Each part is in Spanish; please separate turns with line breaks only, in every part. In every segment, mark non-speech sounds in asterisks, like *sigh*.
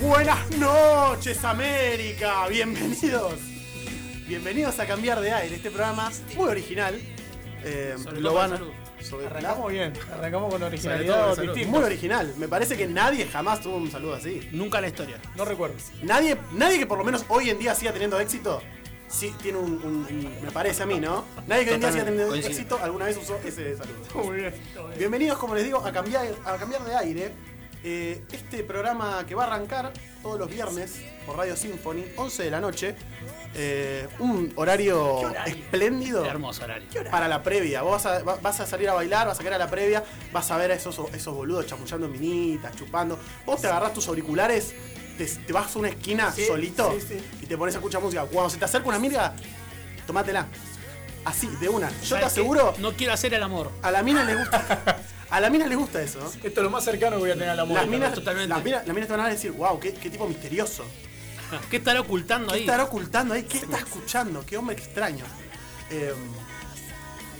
Buenas noches América, bienvenidos. Bienvenidos a Cambiar de Aire, este programa muy original. Eh,
Sobre
lo
todo
van
de
a-
salud.
sobre-
Arrancamos bien, arrancamos
todo
con
de
originalidad
salud.
distinta.
Muy original, me parece que nadie jamás tuvo un saludo así.
Nunca en la historia.
No recuerdo.
Nadie, nadie que por lo menos hoy en día siga teniendo éxito, sí tiene un, un- un- me parece a mí, ¿no? Nadie que hoy en día siga
Totalmente,
teniendo
coincido.
éxito alguna vez usó ese saludo.
Muy bien.
Bienvenidos, como les digo, a cambiar, a cambiar de aire. Eh, este programa que va a arrancar todos los viernes por Radio Symphony, 11 de la noche. Eh, un horario, espléndido
Hermoso horario.
para la previa. Vos vas a, va- vas a salir a bailar, vas a quedar a la previa, vas a ver a esos, esos boludos chamullando minitas, chupando. Vos te agarrás tus auriculares, te, te vas a una esquina
Sí,
solito
sí, sí.
y te pones a escuchar música. Cuando se te acerca una amiga, tomátela. Así, de una. Yo te
¿Sabes qué?
aseguro,
No quiero hacer
*laughs*
el amor.
a la mina les
*laughs*
gusta. A la mina les gusta eso. ¿no?
Esto es lo más cercano que voy a tener a la
Las
muerte.
minas,
totalmente.
las minas, las minas te van a decir, wow, qué, qué tipo misterioso.
¿Qué estará ocultando
¿Qué
ahí?
estará ocultando ahí? ¿Qué está escuchando? Qué hombre extraño. Eh,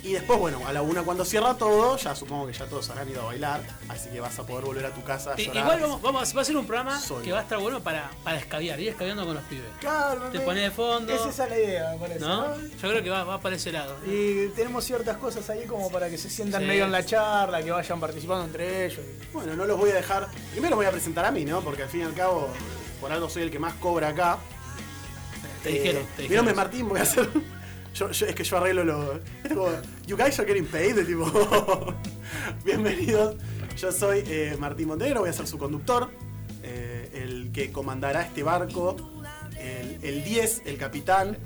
y después, bueno, a la una cuando cierra todo, ya supongo que ya todos habrán ido a bailar, así que vas a poder volver a tu casa a
I-
llorar.
Eh, Igual vamos, vamos, va a ser un programa
Solo.
que va a estar bueno para, para escabiar, ir escabiando con los pibes.
Claro,
Te pones de fondo,
Es esa la idea, me parece.
¿no? Yo creo que va, va para ese lado.
Eh,
Y tenemos ciertas cosas ahí como para que se sientan
Sí.
medio en la charla, que vayan participando entre ellos.
Bueno, no los voy a dejar. Primero voy a presentar a mí, ¿no? Porque al fin y al cabo, por algo soy el que más cobra acá.
Te
Eh,
dijeron, te
Mi nombre es
dijeron.
Martín, voy a hacer. *laughs* Yo, yo- es que yo arreglo lo. Es como. You guys are getting paid, de tipo. *laughs* Bienvenidos. Yo soy eh, Martín Montenegro, voy a ser su conductor. eh, el que comandará este barco. El, el 10, el capitán.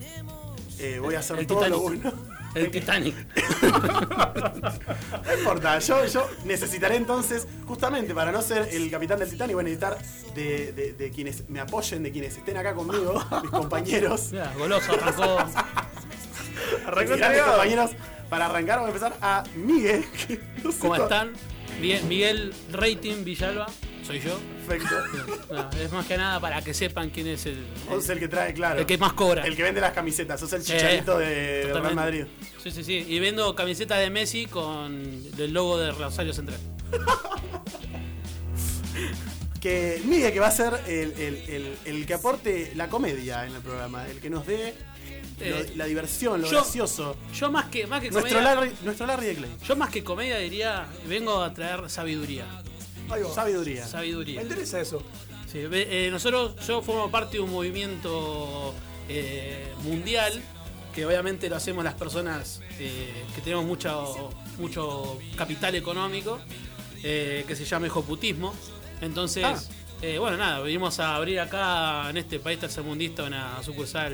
eh, voy a hacer
El
todo lo
Titanic.
bueno. *laughs*
El Titanic.
No importa, yo, yo necesitaré entonces, justamente para no ser el capitán del Titanic, voy a necesitar de, de- de quienes me apoyen, de quienes estén acá conmigo,
*laughs*
mis compañeros.
Mirá,
*laughs*
goloso arrancó.
Arrancó mis compañeros. Para arrancar, vamos a empezar a Miguel. *laughs* que no sé
¿Cómo
cómo-
están? Miguel, Miguel Rating Villalba, soy yo.
Perfecto.
No, es más que nada para que sepan quién es el,
Vos sos el que trae, claro.
el que más cobra.
El que vende las camisetas. Sos el
Sí,
chicharito de Real
Totalmente.
Madrid.
Sí, sí, sí. Y vendo camiseta de Messi con el logo de Rosario Central.
Que Miguel, que va a ser el, el- el- el que aporte la comedia en el programa. El que nos dé lo-
Eh,
la diversión, lo
yo-
gracioso.
Yo más que, más que
Nuestro
comedia.
Larry, nuestro Larry de Clay.
Yo más que comedia diría, vengo a traer sabiduría.
Ahí va.
Sabiduría.
Me
Sabiduría.
interesa eso.
Sí, ve- eh, nosotros, yo formo parte de un movimiento eh, mundial que obviamente lo hacemos las personas eh, que tenemos mucho, mucho capital económico, eh, que se llama ejoputismo. Entonces,
Ah.
eh, bueno, nada, venimos a abrir acá en este país tercermundista una sucursal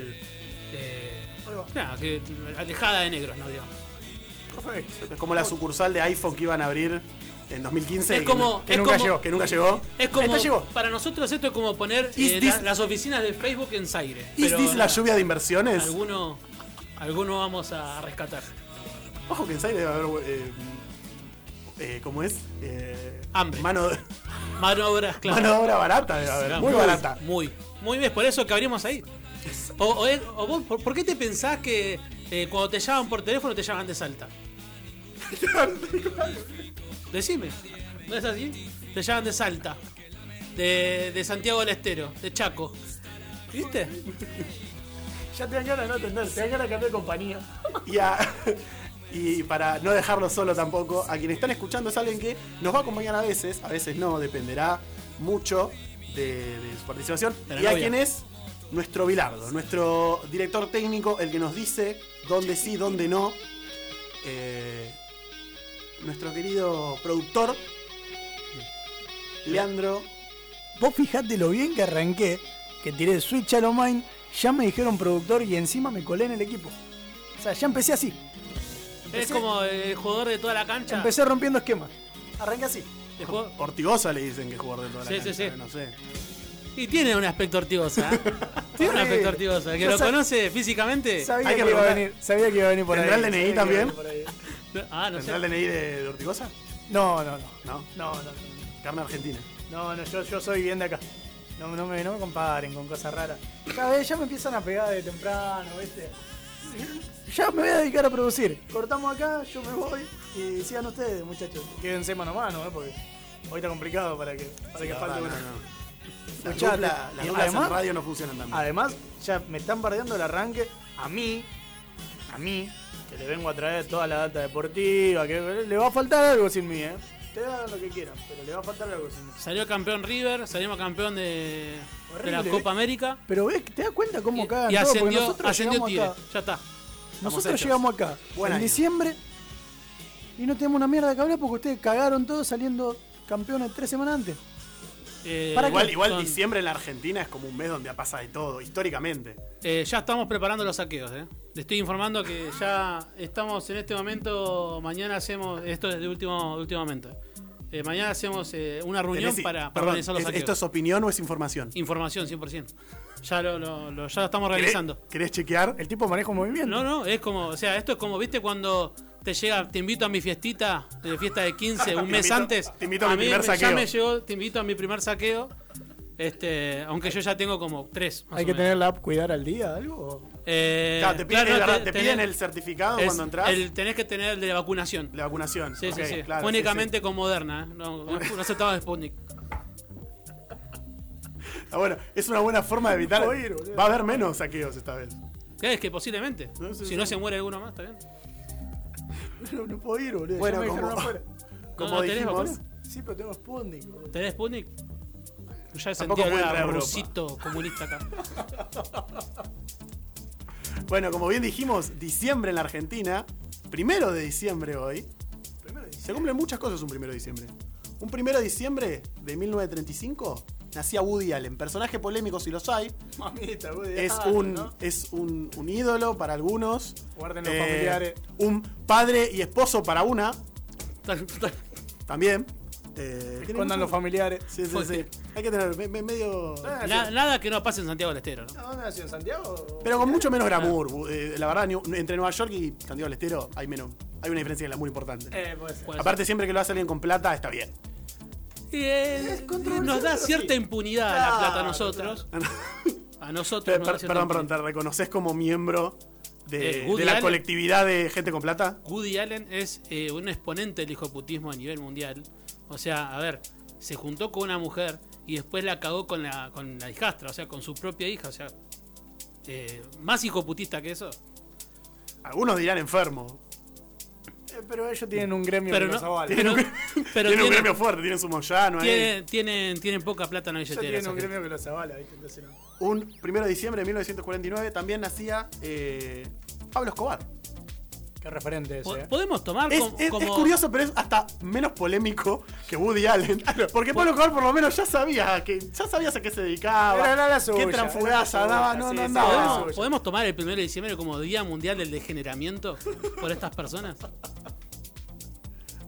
eh,
Ahí va.
nada, que, alejada de negros, ¿no? Digamos.
Perfecto.
Es como la sucursal de iPhone que iban a abrir en 2015.
Es
y
como-
Que,
es
nunca
como-
llegó. Que nunca llegó.
Es como,
Esta llegó.
para nosotros esto es como poner
Is
eh,
this-
la- las oficinas de Facebook en Zaire.
¿Is
pero
this la
nada.
lluvia de inversiones?
Alguno, alguno vamos a rescatar.
Ojo que en Zaire debe haber. Eh, eh, ¿Cómo es? Eh,
Hambre.
Mano,
Manobras, claro.
mano de obra barata debe haber.
Claro,
Muy barata.
Muy. Muy bien, es por eso que abrimos ahí. O, o es- o vos, ¿por, por qué te pensás que eh, cuando te llaman por teléfono te llaman de
*laughs*
Salta? Decime, ¿no es así? Te llaman de Salta, de, de Santiago del Estero, de Chaco. ¿Viste?
Ya te dan ganas de no atender, te dan ganas de cambiar de compañía.
Y, a- *laughs* y para no dejarlo solo tampoco, a quienes están escuchando es alguien que nos va a acompañar a veces, a veces no, dependerá mucho de, de su participación.
De la
y a
novia.
quien es nuestro Bilardo, nuestro director técnico, el que nos dice dónde sí, dónde no. Eh, nuestro querido productor, Leandro.
Vos fijate lo bien que arranqué, que tiré Switch a lo mine, ya me dijeron productor y encima me colé en el equipo. O sea, ya empecé así.
Es
Empecé-
como el jugador de toda la cancha.
Empecé rompiendo esquemas. Arranqué así.
El jugador-
Ortigosa le dicen que es jugador de toda la
Sí, sí,
cancha,
sí.
no sé.
Y tiene un aspecto ortigosa.
*laughs*
¿eh? tiene un
Sí.
aspecto ortigosa. El Que
Yo
lo
sab-
conoce físicamente.
Sabía
Hay
que,
que
iba a
preguntar.
venir, sabía que iba a venir por ahí.
¿Tendrá el DNI
Sabía que iba a venir por ahí.
Ah, no sé.
¿Tendrá el DNI de, de Ortigosa?
No, no, no.
No,
No, no, no.
carne argentina.
No, no, yo, yo soy bien de acá. No, no, me, no me comparen con cosas raras. Cada vez ya me empiezan a pegar de temprano, ¿viste? Ya me voy a dedicar a producir. Cortamos acá, yo me voy y sigan ustedes, muchachos. Quédense mano a mano, ¿eh? Porque hoy está complicado para que, para que
La
falte
verdad,
uno.
no, no. Las
Escuchá,
dupla-
la-
las
y
duplas en
además-
radio no funcionan tan bien.
Además, ya me están bardeando el arranque a mí, a mí, que le vengo a traer toda la data deportiva, que le va a faltar algo sin mí, ¿eh? Ustedes hagan lo que quieran, pero le va a faltar algo sin mí.
Salió campeón River, salimos campeón de, de la
Horrible,
Copa América.
Pero ves, que ¿te das cuenta cómo
Y,
cagan
y
todo? Porque
ascendió,
nosotros
ascendió
llegamos
Tigre.
acá.
Ya está.
hechos.
Nosotros llegamos acá
Buen
en
año.
diciembre y no tenemos una mierda que hablar porque ustedes cagaron todo saliendo campeones tres semanas antes.
Eh,
Para
Igual, igual
son-
diciembre en la Argentina es como un mes donde pasa de todo, históricamente.
Eh, ya estamos preparando los saqueos, ¿eh? Te estoy informando que ya estamos en este momento. Mañana hacemos. Esto es de último, de último momento. Eh, mañana hacemos eh, una reunión
Tenés-
para, para
perdón,
organizar los
¿es-
saqueos.
¿esto es opinión o es información?
Información 100%. Ya lo, lo- lo- ya lo estamos
¿Querés-
realizando.
¿Querés chequear?
El tipo maneja un movimiento.
No, no, es como. O sea, esto es como, ¿viste? Cuando te llega, te invito a mi fiestita, de fiesta de
*laughs*
15, un
Te
mes
invito-
antes.
te invito a mi
mí
primer
me-
saqueo.
Ya me llegó, te invito a mi primer saqueo. Este, aunque yo ya tengo como tres. más
Hay
o
que
menos.
tener la app cuidar al día, algo.
Eh,
Claro, te piden,
claro,
es verdad,
te-
te
tenés-
piden el certificado
es
cuando entras.
el- tenés que tener el de la vacunación.
La vacunación.
Sí,
ok,
sí, sí.
claro,
Fue
sí,
únicamente con Moderna, ¿eh? no,
*laughs*
no, no aceptaba Sputnik.
sí. Ah, bueno, es una buena forma de evitar.
puedo ir, boludo.
Va a haber menos saqueos esta vez.
¿Qué es que posiblemente?
No, sí,
si
sí.
no se muere alguno más, está bien.
No, no puedo ir, boludo. ya
Bueno,
me dejaron
como-
afuera.
Como
no tenés
dijimos,
vacuna?
Sí, pero tengo Sputnik, boludo.
¿Tenés Sputnik? Ya
Tampoco
sentía
puede
a
entrar a Europa.
rusito comunista acá.
*laughs* bueno, como bien dijimos, diciembre en la Argentina, primero de diciembre hoy,
Primero dice,
se cumplen muchas cosas un primero de diciembre. Un primero de diciembre de 1935 nacía Woody Allen, personaje polémico si los hay,
Mamita, boludo.
es
ah,
un,
¿no?
es un, un ídolo para algunos. eh,
Guarden los familiares.
Un padre y esposo para una,
Tal- tal-
también. Eh, tiene
Escondan
mucho-
los familiares.
*laughs* Sí, sí, sí. Hay que tener me- me- medio.
Ah,
na- nada que no pase en Santiago del Estero, ¿no?
¿Dónde nació? ¿En Santiago?
Pero con mucho menos glamour. bu- eh, la verdad, ni- entre Nueva York y Santiago del Estero hay menos. Hay una diferencia de glamour importante.
Eh, puede ser.
Puede ser.
Aparte, siempre que lo hace alguien con plata, está bien.
Y, eh,
Es controversial,
nos da
pero
cierta
sí.
impunidad a la
Claro,
plata a nosotros. A nosotros.
Eh, Per-
nos da cierta
perdón, perdón,
impunidad.
¿te reconoces como miembro de,
Eh, Woody
de la
Allen.
colectividad de gente con plata?
Woody Allen es eh, un exponente del hijoputismo a nivel mundial. O sea, a ver, se juntó con una mujer y después la cagó con la, con la hijastra, o sea, con su propia hija. O sea, eh, más hijoputista que eso.
Algunos dirán enfermo.
Eh, pero ellos tienen un gremio
Pero
que
no-
los avala.
pero- *laughs* pero
tienen un
tienen-
gremio fuerte, tienen su Moyano ahí.
Tienen, tienen, tienen poca plata en la
Ellos
billetera.
tienen
esa
un
gente.
gremio que los avala, ¿viste? Entonces no.
Un 1 de diciembre de 1949 también nacía eh, Pablo Escobar.
Qué referente
Po-
ese, ¿eh?
Podemos tomar
Es,
com-
es- es
como.
curioso, pero es hasta menos polémico que Woody Allen. Porque Pablo Escobar por lo menos ya sabía que ya sabías a qué se dedicaba.
Era- era la suya,
qué
era la
transfugaza
suya,
daba, no,
sí,
no
sí,
andaba.
era la
¿Podemos, Ah, podemos tomar el 1 de diciembre como Día Mundial del Degeneramiento por estas personas?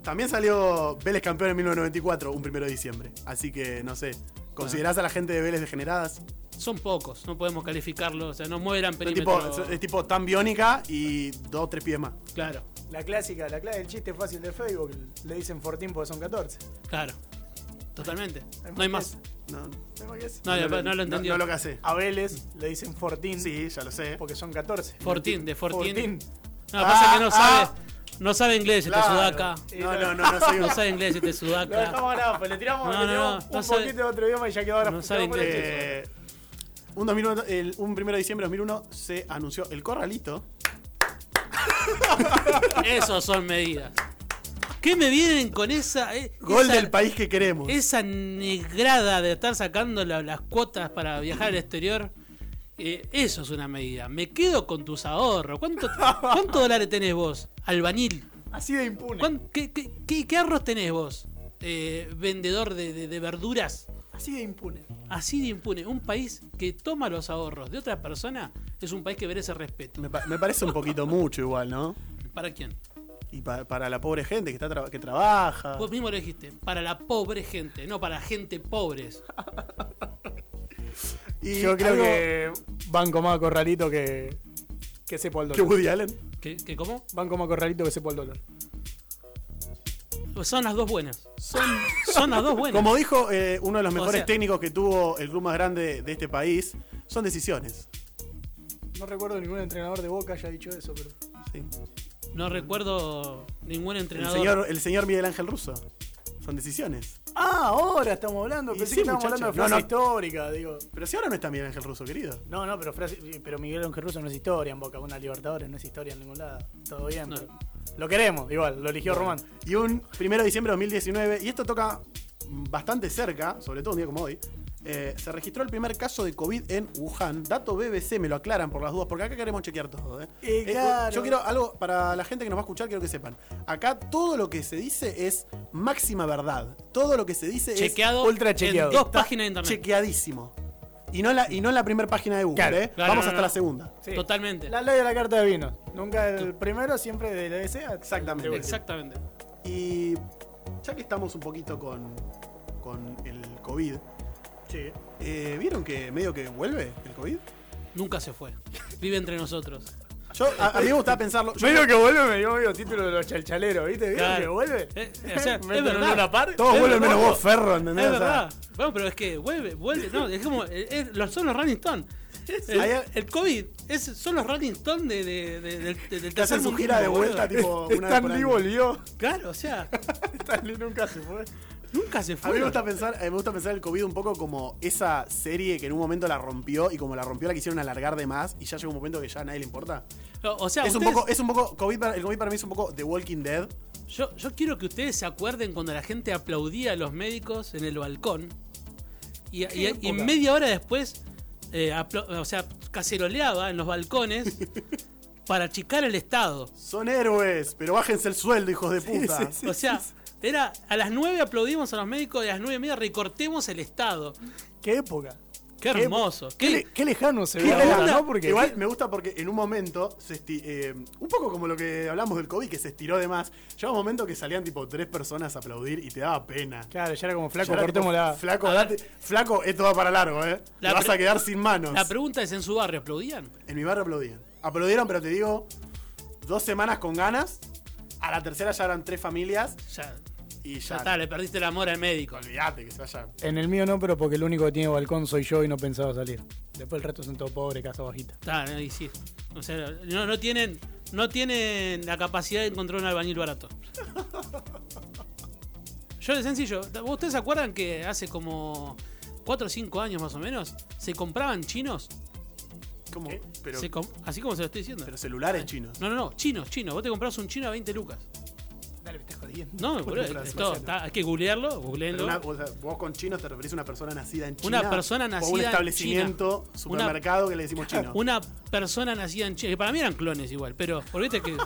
También salió Vélez campeón en 1994, un 1 de diciembre. Así que no sé. ¿Considerás a la gente de Vélez degeneradas?
Son pocos, no podemos calificarlo, o sea, no mueran
Es tipo,
perímetro.
es tipo tan biónica y dos, tres pies más.
Claro,
La clásica, la clave, el chiste fácil de Facebook. Le dicen 14 porque son 14.
claro. Totalmente. No hay más.
No, no,
No, no, no lo entendió.
No, lo casé.
A Vélez le dicen 14
Sí, ya lo sé.
porque son 14.
14, de 14.
14.
No, pasa
Ah,
que no
ah.
sabe, no sabe inglés este
Claro.
sudaca.
No, no, no, no soy un-
*laughs* No sabe inglés este
Lo
*laughs*
dejamos
sudaca.
ahora, pues le tiramos,
No,
le
no,
tiramos
no,
un
no sabe-
poquito de otro idioma y ya quedó ahora.
No sabe
quedó por el
inglés.
chiste.
Eh, un, 2001, el, un 1 de diciembre de 2001 se anunció El Corralito.
Esos son medidas. ¿Qué me vienen con esa. eh,
Gol
esa-
del país que queremos.
Esa negrada de estar sacando la- las cuotas para viajar al exterior. eh, eso es una medida. Me quedo con tus ahorros. ¿Cuánto, cuántos dólares tenés vos? Albanil.
Así de impune.
¿Cuán- qué, qué- qué- qué arroz tenés vos? Eh, vendedor de- de- de verduras.
Así de impune.
Así de impune. Un país que toma los ahorros de otra persona es un país que merece respeto.
Me, pa- me parece un poquito mucho igual, ¿no?
¿Para quién?
Y pa- para la pobre gente que, está tra- que trabaja.
Vos mismo lo dijiste. Para la pobre gente, no para gente pobres.
Y
Yo creo
algo-
que banco más corralito que, que sepa el
que
dólar.
Woody Allen.
¿Qué, qué cómo?
Banco más corralito que sepa el dólar.
Son las dos buenas. Son, son las dos buenas.
Como dijo eh, uno de los mejores
sea-
técnicos que tuvo el club más grande de este país, son decisiones.
No recuerdo ningún entrenador de Boca haya dicho eso, pero...
Sí.
No recuerdo ningún
El,
entrenador.
señor, el señor Miguel Ángel Russo. Son Son decisiones.
Ah, ahora estamos hablando.
Y sí,
Pensé que estábamos
muchacho.
hablando de
No,
frase
no.
histórica, digo.
Pero si ahora no está Miguel Ángel Russo, querido.
No, no, pero, frase- pero Miguel Ángel Russo no es historia en Boca, una Libertadores no es historia en ningún lado. Todo bien.
No.
pero- Lo queremos, igual, lo eligió Román.
Y un 1 de diciembre de 2019, y esto toca bastante cerca, sobre todo un día como hoy, eh, se registró el primer caso de COVID en Wuhan. Dato BBC, me lo aclaran por las dudas, porque acá queremos chequear todo. ¿eh?
Eh, claro.
Yo quiero algo para la gente que nos va a escuchar, quiero que sepan. Acá todo lo que se dice es máxima verdad. Todo lo que se dice
Chequeado
ultra
en
chequeado.
dos
es
páginas de internet.
chequeadísimo. Y no la, y no la primera página de Google,
Claro,
¿eh?
claro,
Vamos
no,
hasta
no.
la segunda.
Sí.
Totalmente.
La ley de la carta de vino. Nunca el primero, siempre de la desea.
Exactamente.
Exactamente.
Y ya que estamos un poquito con, con el COVID,
Sí.
eh, ¿vieron que medio que vuelve el COVID?
Nunca se fue. Vive entre nosotros.
Yo, a, a mí me gustaba pensarlo. Yo,
Medio que vuelve, me dio medio título de los chalchaleros, ¿viste? ¿Vieron
Claro.
que vuelve?
Eh, o
*laughs*
sea, es
*laughs* Meten
verdad.
en una par.
todos
es
vuelven
verdad.
menos vos, Ferro, ¿entendés?
Es
O sea,
verdad. Bueno, pero es que vuelve, vuelve. No, es como. eh, es- los son los Rolling Stones. El,
Ahí-
el COVID es, son los Rolling Stones de, de- de- del- del
Te hacen
tercer
su
mundo.
gira de vuelta,
boludo.
tipo, *laughs* una vez por
Stan Lee
año.
volvió.
Claro,
*laughs*
o sea,
Stan Lee nunca se fue.
nunca se
A mí me
fue.
gusta, pensar, eh, me gusta pensar el COVID un poco como esa serie que en un momento la rompió y como la rompió la quisieron alargar de más y ya llegó un momento que ya a nadie le importa.
No, O sea,
es, un
ustedes-
poco, es un poco, COVID, para- el COVID para mí es un poco The Walking Dead.
Yo, yo quiero que ustedes se acuerden cuando la gente aplaudía a los médicos en el balcón y, y- y
época.
media hora después, eh, apla- o sea, caceroleaba en los
*laughs*
balcones para achicar el Estado.
Son héroes, pero bájense el sueldo, hijos de puta.
O sea, era a las 9 aplaudimos a los médicos y a las nueve y media recortemos el Estado.
¿Qué época?
Qué hermoso.
Qué,
Qué,
le- qué lejano se
Qué
ve ahora,
onda.
¿no? Porque
Igual me gusta porque en un momento, se esti- eh, un poco como lo que hablamos del COVID, que se estiró de más. Llegaba un momento que salían tipo tres personas a aplaudir y te daba pena.
Claro, ya era como
Ya
flaco,
era tipo,
cortemos la.
Flaco,
A ver.
date- flaco, esto va para largo, ¿eh? Te
La
vas
pre-
a quedar sin manos.
la pregunta es, ¿en su barrio aplaudían?
En mi barrio aplaudían. Aplaudieron, pero te digo, dos semanas con ganas. A la tercera ya eran tres familias
Ya,
y ya.
ya está, le perdiste el amor al médico.
Olvídate que se vayan.
En el mío no, pero porque el único que tiene balcón soy yo y no pensaba salir. Después el resto son todos pobres, casa bajita.
Está, no, y sí. O sea, no, no tienen, no tienen la capacidad de encontrar un albañil barato. Yo de sencillo, ¿ustedes se acuerdan que hace como 4 o 5 años más o menos se compraban chinos?
¿Cómo? Pero,
Se com- así como se lo estoy diciendo.
pero celulares chinos.
No, no, no, chinos, chinos. Vos te comprabas un chino a 20 lucas.
Dale, me estás jodiendo.
No, boludo,
compras
esto,
demasiado.
está- hay que googlearlo,
Pero
googleenlo.
una- o sea, vos con chinos te referís a una persona nacida en China.
Una persona
O un
nacida en
establecimiento,
China.
supermercado que le
*laughs*
decimos chino.
Una persona nacida en China, que para mí eran clones igual, pero porque viste que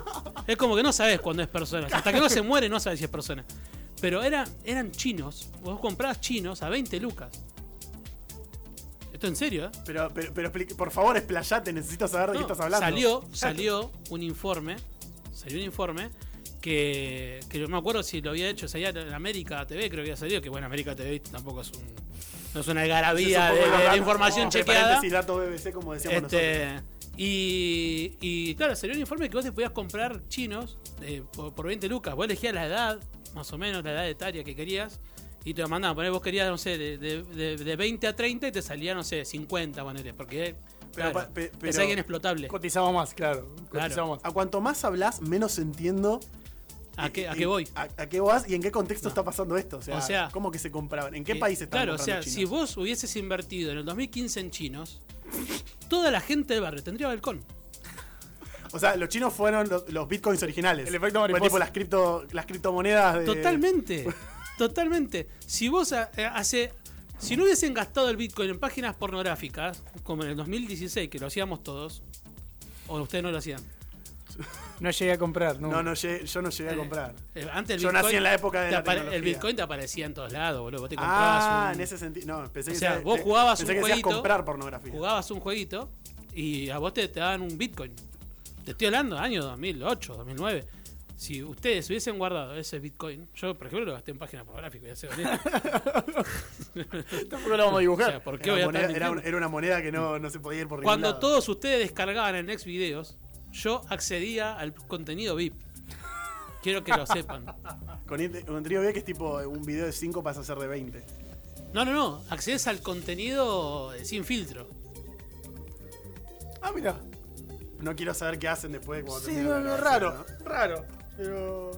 es como que no sabes cuándo es persona. Hasta que no se muere no sabes si es persona. Pero era, eran chinos, vos comprabas chinos a 20 lucas. Esto en serio, ¿eh?
Pero, pero, pero explique- por favor, explayate, necesito saber de
No,
qué estás hablando.
Salió, salió un informe, salió un informe que, que no me acuerdo si lo había hecho, salía en América TV, creo que había salido, que bueno, América TV tampoco es un, no es una algarabía de, de- de información chequeada.
Y dato BBC, como decíamos nosotros.
Este, y, y, claro, salió un informe que vos te podías comprar chinos eh, por, por 20 lucas. Vos elegías la edad, más o menos la edad etaria que querías, y te lo mandaban. Poner, vos querías, no sé, de, de- de- de 20 a 30 y te salía, no sé, 50, ponele, porque
Pero
claro,
pa- pe-
es
pero-
alguien explotable.
Cotizaba más, claro. Cotizaba más.
A cuanto más hablas, menos entiendo.
¿A
y-
qué, a
y-
qué voy?
A, a qué vas y en qué contexto está pasando esto. O sea,
O sea,
¿cómo que se compraban? ¿En qué
Eh,
país estaban
Claro, o sea,
comprando
si
chinos?
vos hubieses invertido en el 2015 en chinos, toda la gente del barrio tendría balcón.
O sea, los chinos fueron los, los bitcoins originales.
El efecto
Fue
mariposa.
tipo las, cripto, las criptomonedas. de- *laughs*
Totalmente, totalmente. Si vos ha- eh, hace. Si no hubiesen gastado el Bitcoin en páginas pornográficas, como en el 2016, que lo hacíamos todos, o ustedes no lo hacían.
No llegué a comprar, no.
No, no, llegué- yo no llegué a comprar.
Eh, antes el
Yo
Bitcoin,
nací en la época de
te
la
apare- El
tecnología.
Bitcoin te aparecía en todos lados, boludo. Vos te comprabas
Ah,
un-
en ese sentido. No, pensé
O
que
sea,
sea- eh,
vos jugabas
pensé
un
que decías
jueguito,
comprar pornografía.
jugabas un jueguito y a vos te, te daban un Bitcoin. Te estoy hablando, año 2008, 2009. Si ustedes hubiesen guardado ese Bitcoin, yo por ejemplo lo gasté en páginas pornográficas, ya sé, boludo.
Tampoco lo vamos a
O
dibujar.
sea, ¿por qué
Era,
voy a
moneda-
estar
era
mintiendo?
un- era una moneda que no, no se podía ir por ningún
Cuando
lado.
todos ustedes descargaban en Next Videos, yo accedía al contenido VIP. Quiero que lo sepan.
Con este- con trío B que es tipo eh, un video de 5 pasa a ser de 20.
No, no, no. Accedes al contenido eh, sin filtro.
Ah, mira.
No quiero saber qué hacen después de cuando
Sí,
termina
no,
la
no,
grabación,
raro. Raro. Pero.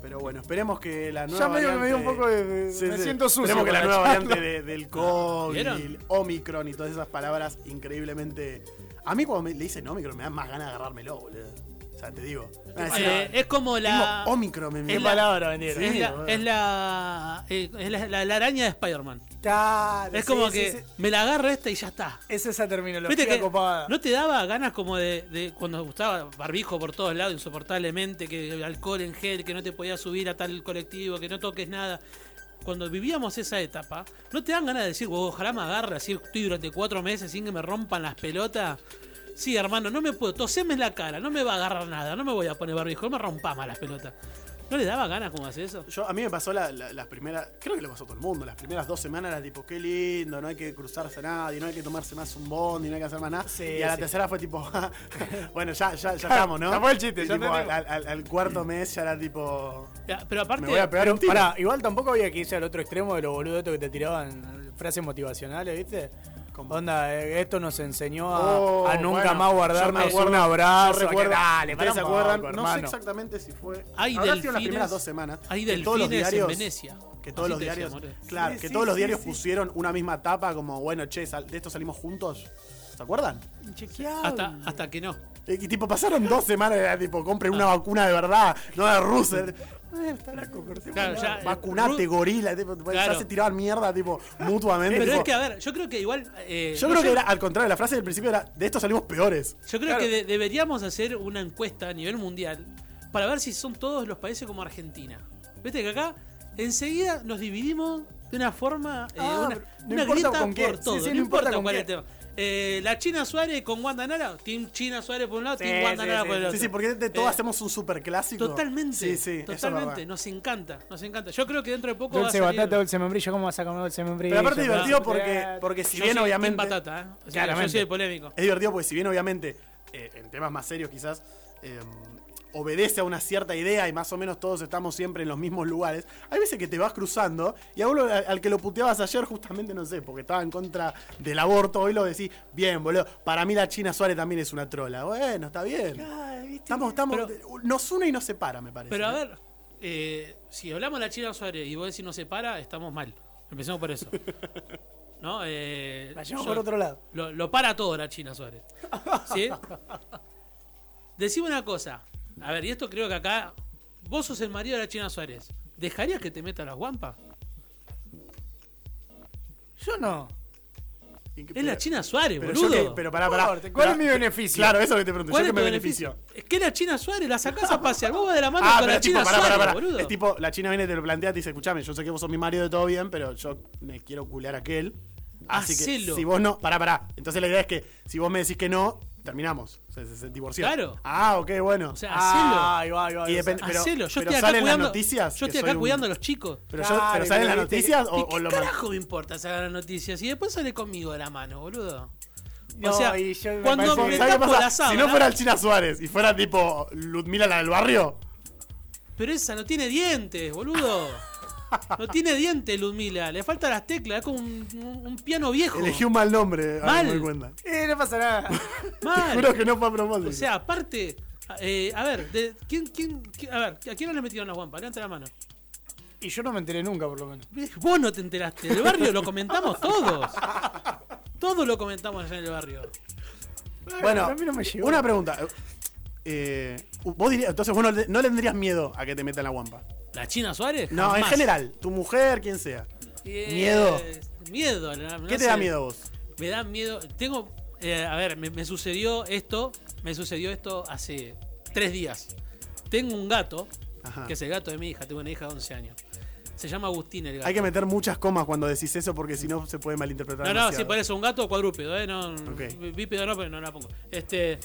Pero bueno, esperemos que la nueva
Ya medio que me dio un
variante-
poco de. de-
Sí,
me
sí.
siento sucio.
Esperemos que la
para
nueva
echarlo.
variante de- del COVID,
¿Vieron?
el Omicron y todas esas palabras increíblemente. A mí, cuando me, le dicen Omicron, me da más ganas de agarrármelo, boludo. O sea, te digo. Me van a decir,
Eh,
"Ah,
es como la.
tengo Omicron en mi
¿Qué
la-
palabra vendieron?
Sí.
es la,
boludo.
es la, eh, es la- la- la araña de Spider-Man.
Claro,
Es
sí,
como
sí,
que
sí.
me la agarro esta y ya está.
Es esa terminología
¿Viste que
copada.
no te daba ganas como de, de cuando gustaba barbijo por todos lados insoportablemente, que el alcohol en gel, que no te podías subir a tal colectivo, que no toques nada? Cuando vivíamos esa etapa, ¿no te dan ganas de decir, "Wow, ojalá me agarre así estoy durante cuatro meses sin que me rompan las pelotas? Sí, hermano, no me puedo, toseme en la cara, no me va a agarrar nada, no me voy a poner barbijo, no me rompa más las pelotas. ¿No le daba ganas como hacer eso?
Yo, a mí me pasó la- la- las primeras, creo que le pasó a todo el mundo, las primeras dos semanas era tipo, qué lindo, no hay que cruzarse a nadie, no hay que tomarse más un bondi, no hay que hacer más nada.
Sí,
y a la
sí.
tercera fue tipo, *laughs* "Ja, bueno, ya, ya, ya estamos, ¿no?
ya fue el chiste,
Y
ya
tipo, al,
entendimos.
al- al cuarto mes ya era tipo,
Ya, Pero aparte,
me voy a pegar
Pero,
un tiro.
pará, igual tampoco había que irse al otro extremo de los boludos estos que te tiraban frases motivacionales, ¿viste?
Como-
Onda, eh, esto nos enseñó a,
Oh,
a Ah, nunca
bueno,
más guardarnos
yo me acuerdo,
un abrazo.
yo
a que
recuerdo-
dale, pará
¿ustedes se
un poco,
acuerdan? no sé
hermano.
exactamente si fue.
Hay
habrá sido las
delfines-
primeras dos semanas.
hay
que todos los
delfines en
diarios-
Venecia.
Que todos
Así
los
te decía,
diarios.
More.
Claro,
Sí,
que
sí,
todos los
sí,
diarios
sí.
pusieron una misma tapa, como, bueno, che, sal- de esto salimos juntos. ¿Se acuerdan?
Chequeable.
hasta, hasta que no.
Eh, Y tipo, pasaron dos semanas, era tipo, compren
Ah.
una vacuna de verdad, no de eh, Russer.
Claro, ya, eh,
Vacunate,
Ru-
gorila, eh, tipo, pues, ya
Claro.
se tiraban mierda, tipo, mutuamente.
Pero
tipo,
es que, a ver, yo creo que igual. eh,
yo
no
creo
sé,
que era al contrario, la frase del principio era, de esto salimos peores.
yo creo
claro.
que de- deberíamos hacer una encuesta a nivel mundial para ver si son todos los países como Argentina. Viste que acá enseguida nos dividimos de una forma. eh,
Ah,
una
pero no
una
importa
grieta
con quién.
por todo.
Sí, sí,
no, importa cuál es el tema. Eh, la China Suárez con Guantanara. Team China Suárez por un lado,
Sí,
Team Guantanara
sí,
por el
sí,
otro.
Sí, sí, porque de todos
Eh,
hacemos un super clásico.
Totalmente.
Sí, sí, eso es
totalmente.
verdad.
Nos encanta, nos encanta. Yo creo que dentro de poco. va a
Dulce
salir-
batata, dulce membrillo. ¿Cómo vas a comer dulce membrillo?
Pero aparte es
¿no?
divertido
Eh,
porque, porque si
Yo
bien
soy team
obviamente...
patata, ¿eh? O sea, Yo
Claramente.
soy el polémico.
Es divertido porque si bien obviamente eh, en temas más serios quizás eh, obedece a una cierta idea y más o menos todos estamos siempre en los mismos lugares, hay veces que te vas cruzando y a uno al, al que lo puteabas ayer justamente, no sé, porque estaba en contra del aborto, hoy lo decís, bien, boludo, para mí la China Suárez también es una trola. Bueno, está bien.
Ah,
Estamos, estamos, nos une y nos separa, me parece.
Pero a
¿eh?
ver, eh, si hablamos de la China Suárez y vos decís no se para, estamos mal. Empecemos
*laughs*
por eso. ¿No? Eh,
Vayamos
yo-
por otro lado.
Lo, lo para todo la China Suárez. ¿Sí?
*laughs*
Decime una cosa. A ver, y esto creo que acá. Vos sos el marido de la China Suárez. ¿Dejarías que te meta las guampas?
Yo no.
Y que-
Es la China Suárez,
pero yo
boludo.
que- pero pará, pará.
Corte, ¿cuál es
Pará.
mi beneficio?
Claro, eso es lo que te pregunto.
¿Cuál
yo
es
que me
tu beneficio? Es que es la China Suárez, la
*laughs*
sacás a pasear. Vos vas de la mano
Ah,
con
pero
la
es tipo,
China
pará,
Suárez,
pará, pará.
boludo.
Es tipo, la China viene, te lo plantea, te dice, escuchame, yo sé que vos sos mi marido de todo bien, pero yo me quiero culear a aquel. Así
Hacelo.
que si vos no, pará, pará. Entonces la idea es que si vos me decís que no, terminamos. Se, se, se divorció.
Claro.
Ah, ok, bueno.
O sea,
Ah,
hacelo.
ahí va, ahí va, ahí
Y
va.
depende- pero-
Hacelo. Yo
pero
estoy acá
¿salen las
cuidando,
noticias
yo
que
estoy
soy
acá
un-
cuidando a los chicos.
pero, yo,
Claro,
pero ¿salen las
pero viste-
noticias o,
¿Y
o
¿Qué
lo man-
carajo me importa sacar las noticias? Y después sale conmigo de la mano, boludo.
No,
o sea,
y yo me
cuando
parece-
me
¿Sabes qué
tapo
pasa?
la
Si
sábana,
no fuera el China Suárez y fuera tipo Ludmila la del barrio,
pero esa no tiene dientes, boludo. No tiene dientes, Ludmila. Le faltan las teclas, es como un, un- un piano viejo.
elegí un mal nombre. ahora
Mal.
me doy cuenta.
Eh, no pasa nada.
Te
Mal.
Juro que no fue a propósito.
O sea, aparte, eh, a ver, de- ¿quién, quién, quién- a ver, ¿a quién no le metieron las guampas? Levanta la mano.
Y yo no me enteré nunca, por lo menos.
Vos no te enteraste. El barrio lo comentamos todos. Todos lo comentamos allá en el barrio.
Bueno,
a mí no me llegó.
una pregunta. Eh, vos dirías, entonces vos no, le- no le tendrías miedo a que te metan la guampa.
¿La China Suárez?
No, en
Jamás.
general, tu mujer, quien sea.
Eh,
Miedo.
Miedo. la- no
¿Qué te da
sé.
miedo a vos?
Me da miedo. Tengo. eh, a ver, me, me sucedió esto. Me sucedió esto hace tres días. Tengo un gato,
Ajá.
que es el gato de mi hija. Tengo una hija de 11 años. Se llama Agustín el gato.
Hay que meter muchas comas cuando decís eso porque si no se puede malinterpretar.
No, no,
demasiado.
sí, por eso, un gato cuadrúpedo, ¿eh? No,
Ok.
Bípedo no, pero no la pongo. Este,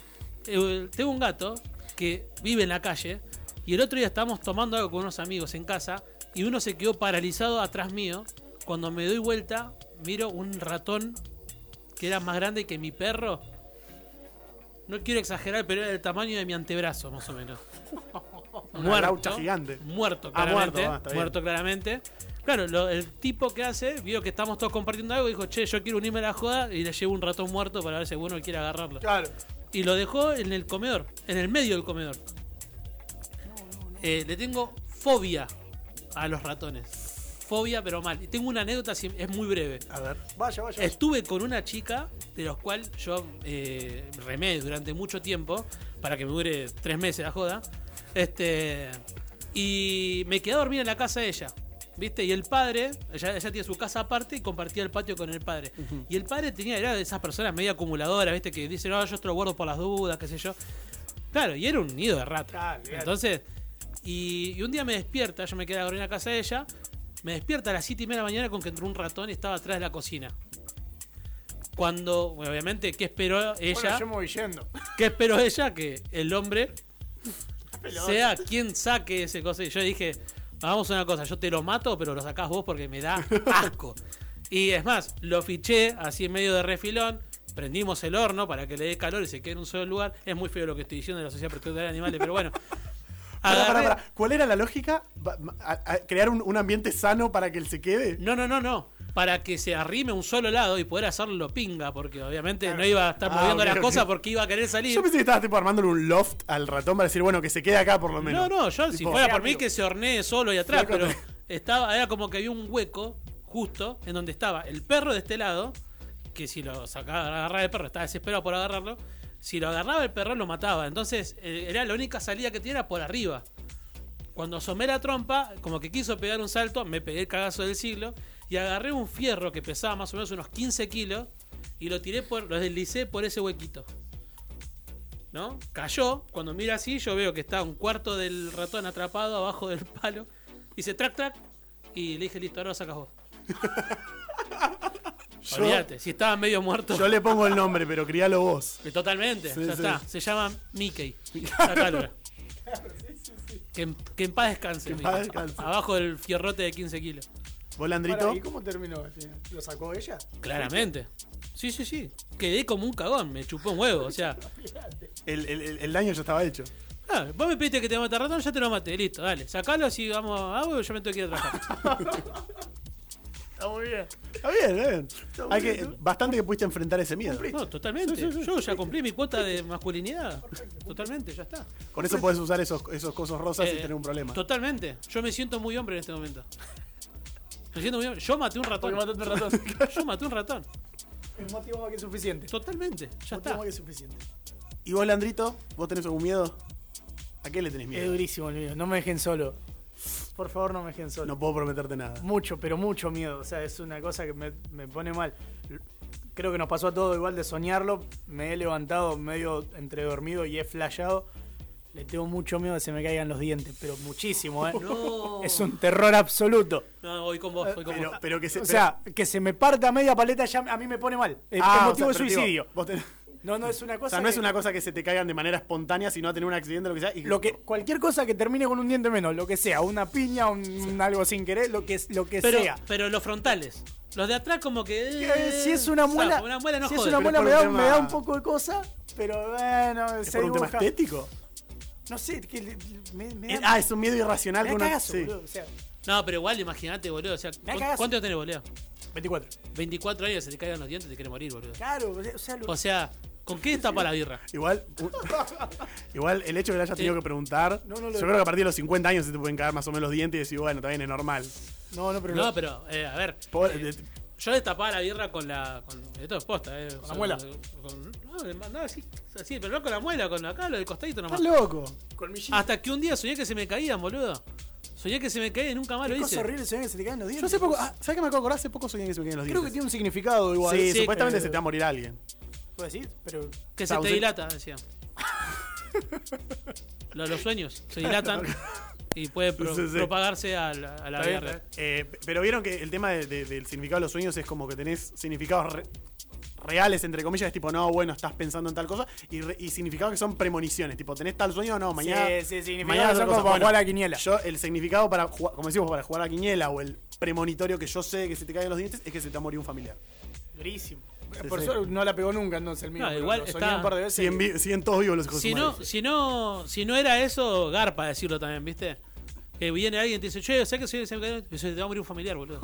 eh, tengo un gato que vive en la calle y el otro día estábamos tomando algo con unos amigos en casa y uno se quedó paralizado atrás mío. Cuando me doy vuelta, miro un ratón que era más grande que mi perro. No quiero exagerar, pero era del tamaño de mi antebrazo, más o menos.
*laughs* Una laucha gigante.
Muerto,
Ah, muerto,
claramente.
ah, está bien.
muerto, claramente. Claro, lo- el tipo que hace, vio que estamos todos compartiendo algo, dijo, che, yo quiero unirme a la joda y le llevo un ratón muerto para ver si alguno quiere agarrarlo.
Claro.
Y lo dejó en el comedor, en el medio del comedor. Eh, le tengo fobia a los ratones. Fobia, pero mal. Y tengo una anécdota, si- es muy breve.
A ver, vaya, vaya. vaya.
Estuve con una chica de los cual yo eh, remé durante mucho tiempo para que me dure tres meses la joda. Este, y me quedé a dormir en la casa de ella. ¿Viste? Y el padre, ella, ella tiene su casa aparte y compartía el patio con el padre. Y el padre tenía, era de esas personas medio acumuladoras, ¿viste? Que dicen, no, yo esto lo guardo por las dudas, qué sé yo. Claro, y era un nido de ratas.
Ah, bien.
Entonces, y, y un día me despierta, yo me quedé a dormir en la casa de ella, me despierta a las 7 y media de la mañana con que entró un ratón y estaba atrás de la cocina. Cuando, bueno, obviamente, ¿qué esperó ella?
Bueno, yo me voy yendo.
¿Qué esperó ella? Que el hombre
*laughs* pelota.
sea quien saque ese cosa. Y yo dije, hagamos una cosa, yo te lo mato, pero lo sacás vos porque me
*laughs*
da asco. y es más, lo fiché así en medio de refilón. Prendimos el horno para que le dé calor y se quede en un solo lugar. Es muy feo lo que estoy diciendo de la sociedad protectora de animales, pero
*laughs*
bueno.
Pará, pará,
Agarré-
pará. ¿Cuál era la lógica? Va- ma- a- a- ¿Crear un, un ambiente sano para que él se quede?
No, no, no, no. Para que se arrime un solo lado y poder hacerlo pinga, porque obviamente no iba a estar
Ah,
moviendo
ok,
las
ok.
cosas porque iba a querer salir.
Yo pensé que estabas tipo armándole un loft al ratón para decir, bueno, que se quede acá por lo
No,
menos.
no, yo si
Tipo,
fuera por
amigo.
mí que se hornee solo y atrás,
Flaco,
pero
te-
estaba, era como que había un hueco justo en donde estaba el perro de este lado, que si lo sacaba, agarraba el perro, estaba desesperado por agarrarlo. Si lo agarraba el perro lo mataba. Entonces, eh, era la única salida que tenía era por arriba. Cuando asomé la trompa, como que quiso pegar un salto, me pegué el cagazo del siglo y agarré un fierro que pesaba más o menos unos 15 kilos y lo tiré por, lo deslicé por ese huequito. ¿No? Cayó, cuando mira así, yo veo que está un cuarto del ratón atrapado abajo del palo. Dice track track y le dije, listo, ahora lo sacas vos.
Yo-
Olvídate, si estaba medio muerto.
Yo le pongo el nombre, pero crialo vos.
Eh, Totalmente,
Sí,
ya
sí.
está. Se llama Mickey.
*laughs*
Sacalo. Que, en- que en paz descanse.
Que en
Mickey.
paz descanse.
Abajo del fierrote de 15 kilos.
Volandrito.
Pará, ¿Y cómo terminó? al final? ¿Lo sacó ella?
Claramente. Sí, sí, sí. Quedé como un cagón, me chupó un huevo. O sea,
El, el- el- el daño ya estaba hecho.
ah, vos me pediste que te mate ratón, ya te lo maté, listo, dale. Sacalo si vamos a algo, yo me tengo que ir
*laughs*
a trabajar.
Está muy bien.
Está bien, está bien. Hay
bien,
que, bastante que pudiste enfrentar ese miedo.
No, totalmente. Yo ya cumplí mi cuota de masculinidad. Totalmente, ya está.
Con eso podés usar esos, esos cosos rosas sin
Eh,
tener un problema.
Totalmente. Yo me siento muy hombre en este momento. Me siento muy hombre. Yo maté un ratón.
Porque mataste un ratón.
Yo maté un ratón.
Es motivo más que suficiente.
Totalmente. Ya
motivo
está.
más que suficiente.
¿Y vos, Landrito? ¿Vos tenés algún miedo? ¿A qué le tenés
Es
miedo?
durísimo el mío. No me dejen solo. Por favor, no me dejen solo.
No puedo prometerte nada.
Mucho, pero mucho miedo. O sea, es una cosa que me, me pone mal. Creo que nos pasó a todos igual de soñarlo. Me he levantado medio entre dormido y he flashado. Le tengo mucho miedo de que se me caigan los dientes, pero muchísimo, ¿eh?
No.
Es un terror absoluto.
No, voy con vos, voy con
Eh,
Pero,
vos.
pero que se.
o sea, que se me parta media paleta ya a mí me pone mal. Es
pero- Ah, o sea,
motivo de
pero
suicidio.
digo, vos tenés-
No, no es una cosa.
o sea, no es
que-
una cosa que se te caigan de manera espontánea, sino a tener un accidente, lo que sea. Y
lo que cualquier cosa que termine con un diente menos, lo que sea, una piña, un, un algo sin querer, lo que lo que
Pero, eh,
sea.
pero los frontales. Los de atrás como que...
Eh, si es una
zafo,
muela,
una muela no
si es
jode.
una
pero es
muela
por
me
un
da,
tema-
me da un poco de cosa, pero bueno,
¿Es
se
por un tema
dibuja.
estético?
No sé, que le- me, me
Es-
da,
ah, es un miedo irracional.
me da
con una-
cagazo,
sí.
boludo, o sea,
No, pero igual imagínate, boludo. O sea,
da
¿cu-
cagazo.
¿cuánto tenés, boludo?
24.
24 años, se te caigan los dientes, te querés morir, boludo.
Claro, o sea, lo-
O sea, ¿con qué tapa la birra?
Igual, u- *laughs* igual el hecho de que le hayas tenido
Sí.
que preguntar,
No, no lo-
yo creo que a partir de los 50 años se te pueden caer más o menos los dientes y decir, bueno, también es normal.
no, no, pero
No, pero, eh, a ver.
Pobre-
eh,
de-
yo destapaba la birra con la. Con, esto es posta, ¿eh? Con
la muela.
con- no, no, así, así, pero no con la muela, con acá, lo del costadito nomás.
estás loco.
Hasta que un día soñé que se me caían, boludo. Soñé que se me caían y nunca más lo
Qué
hice.
cosa horrible se ven que se te caen los
Yo
dientes.
hace poco, ah, ¿sabes qué me acabo de acordar? Hace poco soñé que se me caían los
Creo que
dientes.
tiene un significado igual.
sí,
sí,
supuestamente
eh,
se te va a morir alguien.
Puedo decir, pero
Que se te
Sauce.
dilata, decía. Lo- los sueños se dilatan y puede pro-
Sí, sí.
propagarse a la, a la
Está bien,
birra.
está bien. Eh, p- pero vieron que el tema de- de- del significado de los sueños es como que tenés significados re- reales, entre comillas, es tipo, no, bueno, estás pensando en tal cosa, y, re- y significados que son premoniciones, tipo, tenés tal sueño, no, mañana.
Sí, sí, significados
mañana
que
tal
son
cosa.
como para jugar a la quiniela.
Yo, el significado para jugar, como decimos, para jugar a la quiniela o el premonitorio que yo sé que se te caen los dientes es que se te va a morir un familiar.
durísimo.
Sí,
Por
sí.
suerte no la pegó nunca entonces el mío.
No,
pero
igual
lo soñé
está-
un par de veces.
Siguen, vi- siguen todos vivos los hijos de
Si
su
no,
madre.
si no, si no era eso, garpa decirlo también, ¿viste? Que viene alguien y te dice, che, ¿sabes que soy se me cayó?" Y dice, te va a morir un
*laughs*
familiar, boludo.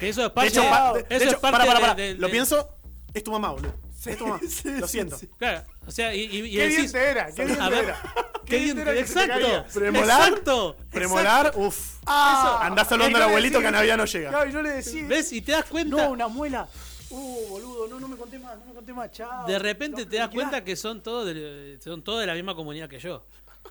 Que eso es
De
parte
hecho, pa- de- de
eso es
hecho,
parte
pará, pará,
de-
pará.
de-
Lo
de-
pienso, es tu mamá, boludo. Es como,
*laughs*
sí,
lo
sí,
siento.
sí.
Claro, o sea, y, y- y
Qué bien
decís,
te era, qué bien
a
te
ver,
era.
qué bien te-
era que se te
exacto,
caía.
Premolar.
exacto.
Premolar, uff.
Ah,
Andás hablando
y yo
al
le
abuelito
decía-
que a Navidad no llega.
Claro, y yo le decía,
¿Ves? Y te das cuenta,
no, una muela. Uh, boludo, no, no me conté más, no me conté más, chao.
de repente
No,
te das
liquidá.
cuenta que son todos de, son todos de la misma comunidad que yo.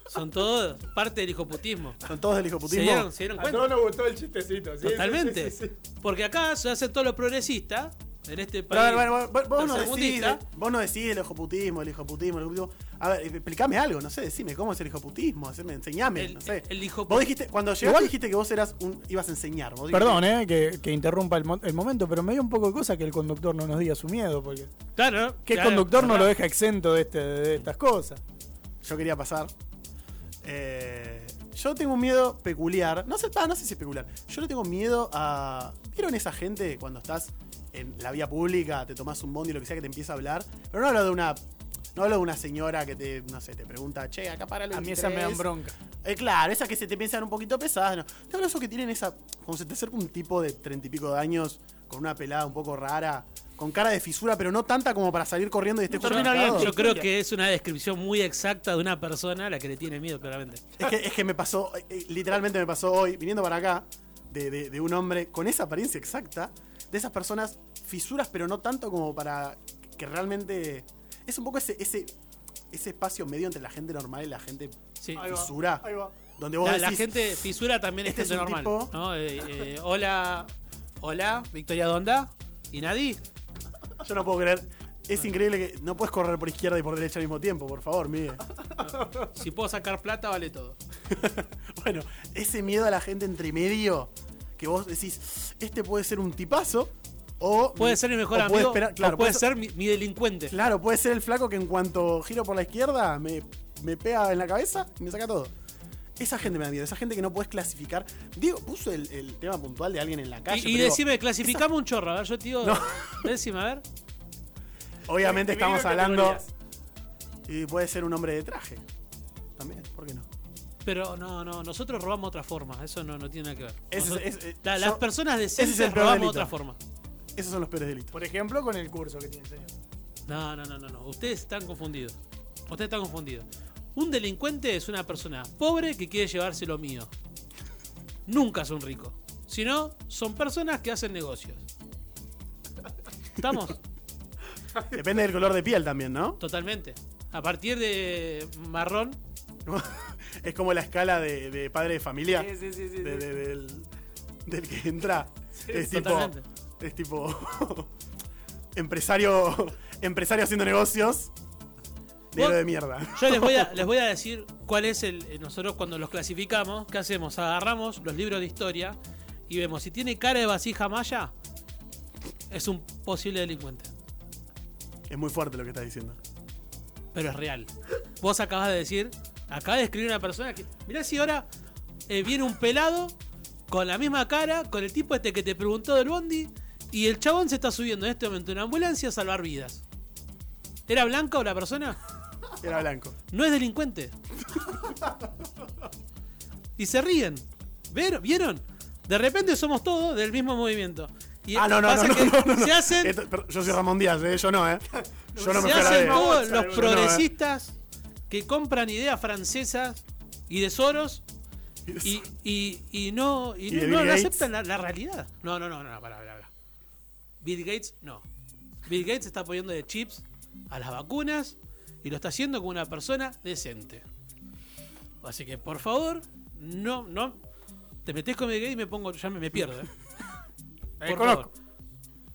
Son todos parte del hijoputismo.
Son todos del
¿Se
hijoputismo.
dieron, se dieron
A
cuenta?
todos nos gustó el chistecito. sí, sí,
Totalmente.
sí, sí, sí.
Porque acá se hacen todos los progresistas en este
Pero
país.
a ver, bueno, vos- vos, no decís,
tercermundista.
vos no decís el hijoputismo, el hijoputismo, el hijoputismo. A ver, explícame algo, no sé, decime cómo es el hijoputismo, haceme, enseñame,
El-
no sé.
el hijopu-
Vos dijiste, cuando llegaste
Igual-
dijiste que vos eras un, ibas a enseñar. Vos dijiste-
Perdón, eh, que, que interrumpa el, mo- el momento, pero me dio un poco de cosa que el conductor no nos diga su miedo, porque
Claro.
eh, ¿qué
claro,
conductor no
¿verdad?
lo deja exento de, este- de estas cosas?
Yo quería pasar. Eh, yo tengo un miedo peculiar. No sé, ah, no sé si es peculiar. Yo le tengo miedo a. ¿Vieron esa gente cuando estás en la vía pública, te tomás un bondi, lo que sea, que te empieza a hablar? Pero no hablo de una. No hablo de una señora que te, no sé, te pregunta, che, acá para el
A mí esas me dan
23".
bronca.
Eh, claro, esas que se te piensan un poquito pesadas. ¿no? Te hablo de esos que tienen esa. Como se te acerca un tipo de treinta y pico de años, con una pelada un poco rara, con cara de fisura, pero no tanta como para salir corriendo y esté
Yo-
justo
yo-
parado.
Yo creo que es una descripción muy exacta de una persona a la que le tiene miedo, claramente.
Es que, es que me pasó, eh, eh, literalmente me pasó hoy, viniendo para acá, de, de- de un hombre con esa apariencia exacta, de esas personas fisuras, pero no tanto como para que realmente. Es un poco ese, ese, ese espacio medio entre la gente normal y la gente
Sí.
Ahí va,
fisura.
ahí va.
Donde vos
La,
decís.
la gente fisura también
este
es gente
es un
normal.
tipo-
¿no? Eh, eh, hola, hola, Victoria Donda. ¿Y nadie?
"Ah, Yo no puedo creer. Es increíble que no puedes correr por izquierda y por derecha al mismo tiempo, por favor,
*laughs*
Miguel.
Si puedo sacar plata, vale todo.
Bueno, ese miedo a la gente entre medio, que vos decís, este puede ser un tipazo, o.
Puede ser mi mejor
o
amigo.
puede esperar- claro,
o puede
puede ser-
ser mi, mi delincuente.
Claro, puede ser el flaco que en cuanto giro por la izquierda me, me pega en la cabeza y me saca todo. Esa gente me da miedo, esa gente que no puedes clasificar. Digo, puso el, el tema puntual de alguien en la calle.
y y
pero digo,
decime, clasificame un chorro. A ver, yo te digo.
No.
Decime, a ver.
obviamente
Dividido
estamos
en
hablando.
categorías.
Y puede ser un hombre de traje. También, ¿por qué no?
Pero no, no, nosotros robamos otra forma. Eso no, no tiene nada que ver.
Ese es-
Nosotros-
es- eh,
la-
yo-
las personas
ese es el
decentes
peor
robamos
delito.
otra forma.
Esos son los peores delitos.
Por ejemplo, con el curso que tiene el señor.
No, no, no, no, no. Ustedes están confundidos. Ustedes están confundidos. Un delincuente es una persona pobre que quiere llevarse lo mío. Nunca son ricos. Si no, son personas que hacen negocios.
*laughs*
¿Estamos?
Depende del color de piel también, ¿no?
Totalmente. A partir de marrón,
es como la escala de, de padre de familia.
Sí, sí, sí, sí, sí.
de- de- del, del que entra. es tipo.
totalmente.
Es tipo. *laughs* empresario. Empresario haciendo negocios. Negro
Vos-
de mierda.
Yo les voy a, les voy a decir cuál es el. eh, Nosotros cuando los clasificamos, ¿qué hacemos? Agarramos los libros de historia y vemos si tiene cara de vasija maya, es un posible delincuente.
Es muy fuerte lo que estás diciendo.
Pero es real. Vos acabas de decir, acabas de escribir una persona que. Mirá si ahora eh, viene un pelado con la misma cara, con el tipo este que te preguntó del bondi, y el chabón se está subiendo en este momento en una ambulancia a salvar vidas. ¿Era blanca o la persona?
Era blanco.
no es delincuente. y se ríen. ¿Ver- ¿Vieron? De repente somos todos del mismo movimiento. Y
Ah, no, no,
pasa
no,
que
no, no, no.
Se hacen,
Esto- pero yo soy Ramón Díaz, ¿eh? yo no, ¿eh? Yo no me
se
fui a la
hacen
de-
todos
yo
los
no, ¿eh?
progresistas que compran ideas francesas y de Soros
¿eh? *laughs*
y, y- y no, y
¿Y
no-
de
no-
Bill
no
Gates?
aceptan la, la realidad. No, no, no, no, no, pará, pará, pará. Bill Gates, no. Bill Gates está poniendo de chips a las vacunas y lo está haciendo como una persona decente. Así que, por favor, no, no. Te metes con Bill Gates y me pongo, ya me, me
*laughs*
pierdo. eh. Por
conozco.
favor.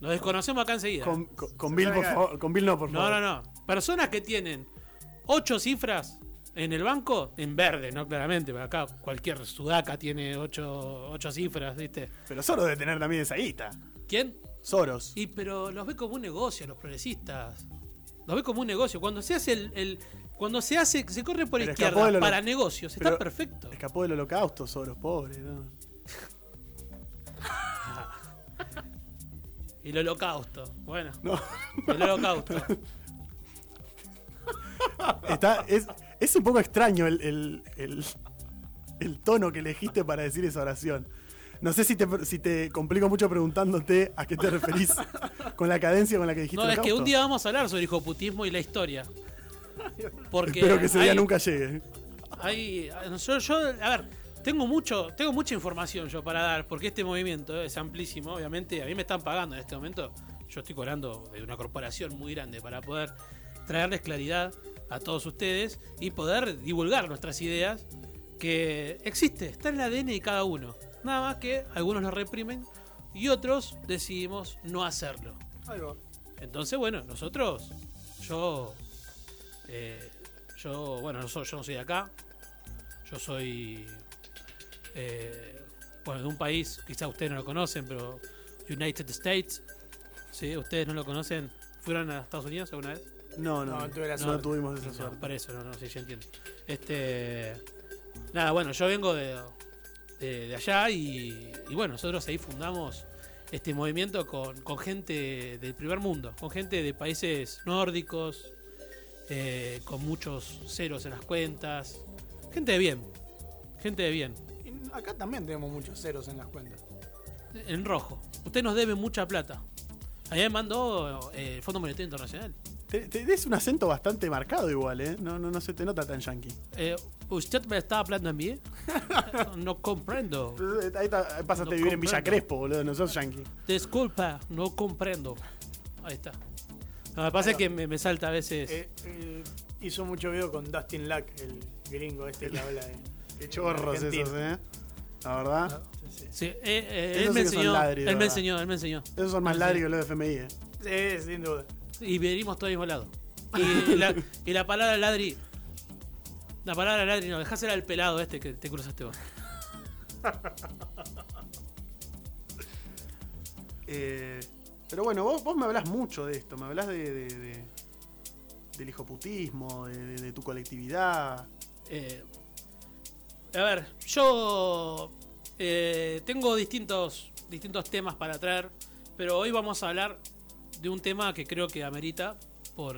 Nos desconocemos acá enseguida.
Eh, Con, con- con Bill, por favor. Con Bill no, por
No,
favor.
no, no. Personas que tienen ocho cifras en el banco, en verde, ¿no? Claramente, porque acá cualquier sudaca tiene ocho, ocho cifras, ¿viste?
Pero Soros debe tener también esa guita.
¿Quién?
Soros.
Y pero los ve como un negocio, los progresistas. Los ve como un negocio. Cuando se hace el. el- cuando se hace, se corre por
Pero escapó
izquierda
del holo-
para negocios, está
pero-
perfecto.
Escapó del holocausto, Soros, pobre. ¿no?
El holocausto. Bueno,
No. *laughs*
el holocausto.
Está, es, es un poco extraño el, el- el- el tono que elegiste para decir esa oración. No sé si te, si te complico mucho preguntándote a qué te referís
*laughs*
con la cadencia con la que dijiste.
No, es que
holocausto.
un día vamos a hablar sobre el hijoputismo y la
*laughs*
historia. Porque
Espero que ese día
hay-
nunca llegue.
hay- yo, yo, a ver, tengo mucho, tengo mucha información yo para dar, porque este movimiento es amplísimo, obviamente. A mí me están pagando en este momento. Yo estoy cobrando de una corporación muy grande para poder traerles claridad a todos ustedes y poder divulgar nuestras ideas que existe, está en el ADN de cada uno. Nada más que algunos lo reprimen y otros decidimos no hacerlo.
Ahí va.
Entonces, bueno, nosotros, yo, eh, yo, bueno, yo, soy- yo no soy de acá, yo soy, eh, bueno, de un país, quizá ustedes no lo conocen, pero United States, ¿sí? Ustedes no lo conocen, ¿fueron a Estados Unidos alguna vez?
No,
No,
no,
tuve la
no,
suerte.
tuvimos esa
No,
suerte.
para eso, no, no, sí, yo entiendo. Este, nada, bueno, yo vengo de, de- de allá y, y bueno, nosotros ahí fundamos este movimiento con, con gente del primer mundo, con gente de países nórdicos, eh, con muchos ceros en las cuentas, gente de bien, gente de bien,
Y Acá también tenemos muchos ceros en las cuentas.
en rojo. Usted nos debe mucha plata. Allá me mandó eh, el Fondo Monetario Internacional.
Te, te- tenés un acento bastante marcado igual, ¿eh? No, no, no se te nota tan yankee.
Eh, ¿Usted me está hablando a mí? *laughs* No comprendo.
Entonces, Ahí está, ahí pasaste
No
a vivir en Villa
comprendo.
Crespo, boludo. No sos yankee.
Disculpa, no comprendo. Ahí está. Lo que pasa es que me, me salta a veces.
Eh, eh, hizo mucho video con Dustin Luck, el gringo este que habla de.
Qué chorros
Argentina. Ah,
esos, ¿eh? La verdad.
Sí, sí.
Sí, eh, eh, él,
Esos
me
sí que son
enseñó,
ladris,
él me
¿verdad?
enseñó. Él me enseñó.
Esos son más
Sí.
largos que los de FMI, ¿eh?
Sí, sin duda.
Y venimos todos al
*laughs*
mismo lado. Y la, y la palabra ladri. La palabra ladri, no, dejásela al pelado este que te cruzaste vos.
Eh, pero bueno, vos, vos me hablás mucho de esto, me hablás de, de- de- del hijoputismo, de, de- de tu colectividad.
Eh, a ver, yo eh, tengo distintos, distintos temas para traer, pero hoy vamos a hablar de un tema que creo que amerita por,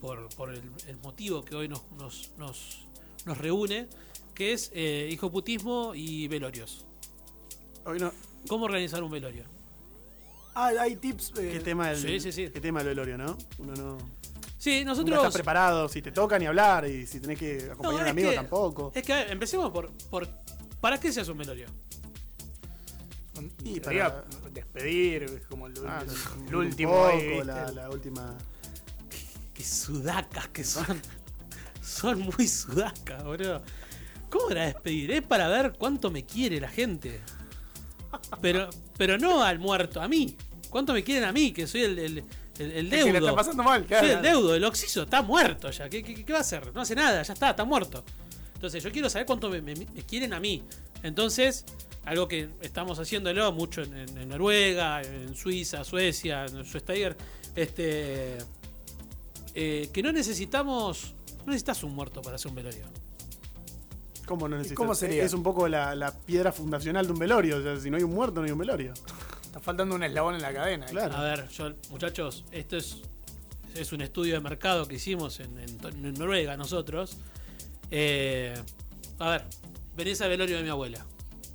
por, por el, el motivo que hoy nos, nos, nos, nos reúne, que es eh, hijoputismo y velorios.
Hoy no-
¿Cómo organizar un velorio?
Ah, hay tips. eh,
¿Qué tema del,
sí, sí, sí.
qué tema del velorio, no? Uno no nunca
Sí,
está
nosotros...
preparado, si te toca ni hablar y si tenés que acompañar a
es
un amigo
que-
tampoco.
Es que a ver, empecemos por, por... ¿Para qué se hace un velorio?
Y
Quería
para-
despedir, es como el,
Ah,
el
un
último.
poco,
ahí, ¿viste?
la, la última.
Qué sudacas que son. *laughs* Son muy sudacas, boludo. ¿Cómo la despediré para ver cuánto me quiere la gente? Pero, pero no al muerto, a mí. ¿Cuánto me quieren a mí? Que soy el, el, el- el
Es que la
deudo.
está pasando mal,
soy
claro.
el deudo, el oxiso, está muerto ya. ¿Qué, qué, qué va a hacer? No hace nada, ya está, está muerto. Entonces yo quiero saber cuánto me, me- me quieren a mí. Entonces, algo que estamos haciéndolo mucho en, en- en Noruega, en Suiza, Suecia, en Schweinsteiger, este eh, que no necesitamos. No necesitas un muerto para hacer un velorio.
¿Cómo no necesitas?
cómo sería?
Es un poco la, la piedra fundacional de un velorio. O sea, si no hay un muerto, no hay un velorio.
Está faltando un eslabón en la cadena. ¿eh?
Claro.
A ver, yo, muchachos, esto es, es un estudio de mercado que hicimos en, en to- en Noruega nosotros. Eh, a ver, venís al velorio de mi abuela,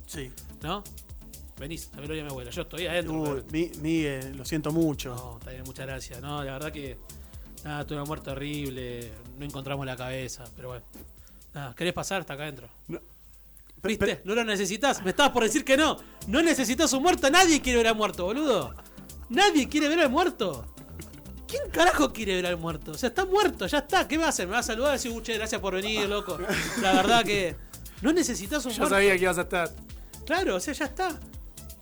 Sí.
¿no? Venís al velorio de mi abuela. Yo estoy adentro.
Uy,
pero-
Mi- Miguel, eh, lo siento mucho.
No, está bien, muchas gracias. No, la verdad que. Nada, tuve una muerte horrible. No encontramos la cabeza, pero bueno. Nada, ¿querés pasar hasta acá adentro?
Pe-
¿Viste?
pe-
No lo necesitas. Me estabas por decir que no. No necesitas un muerto. Nadie quiere ver al muerto, boludo. Nadie quiere ver al muerto. ¿Quién carajo quiere ver al muerto? O sea, está muerto, ya está. ¿Qué me va a hacer? ¿Me va a saludar y decir, "Uh, che, gracias por venir, loco? La verdad que no necesitas un
Yo
muerto.
sabía que ibas a estar.
Claro, o sea, ya está.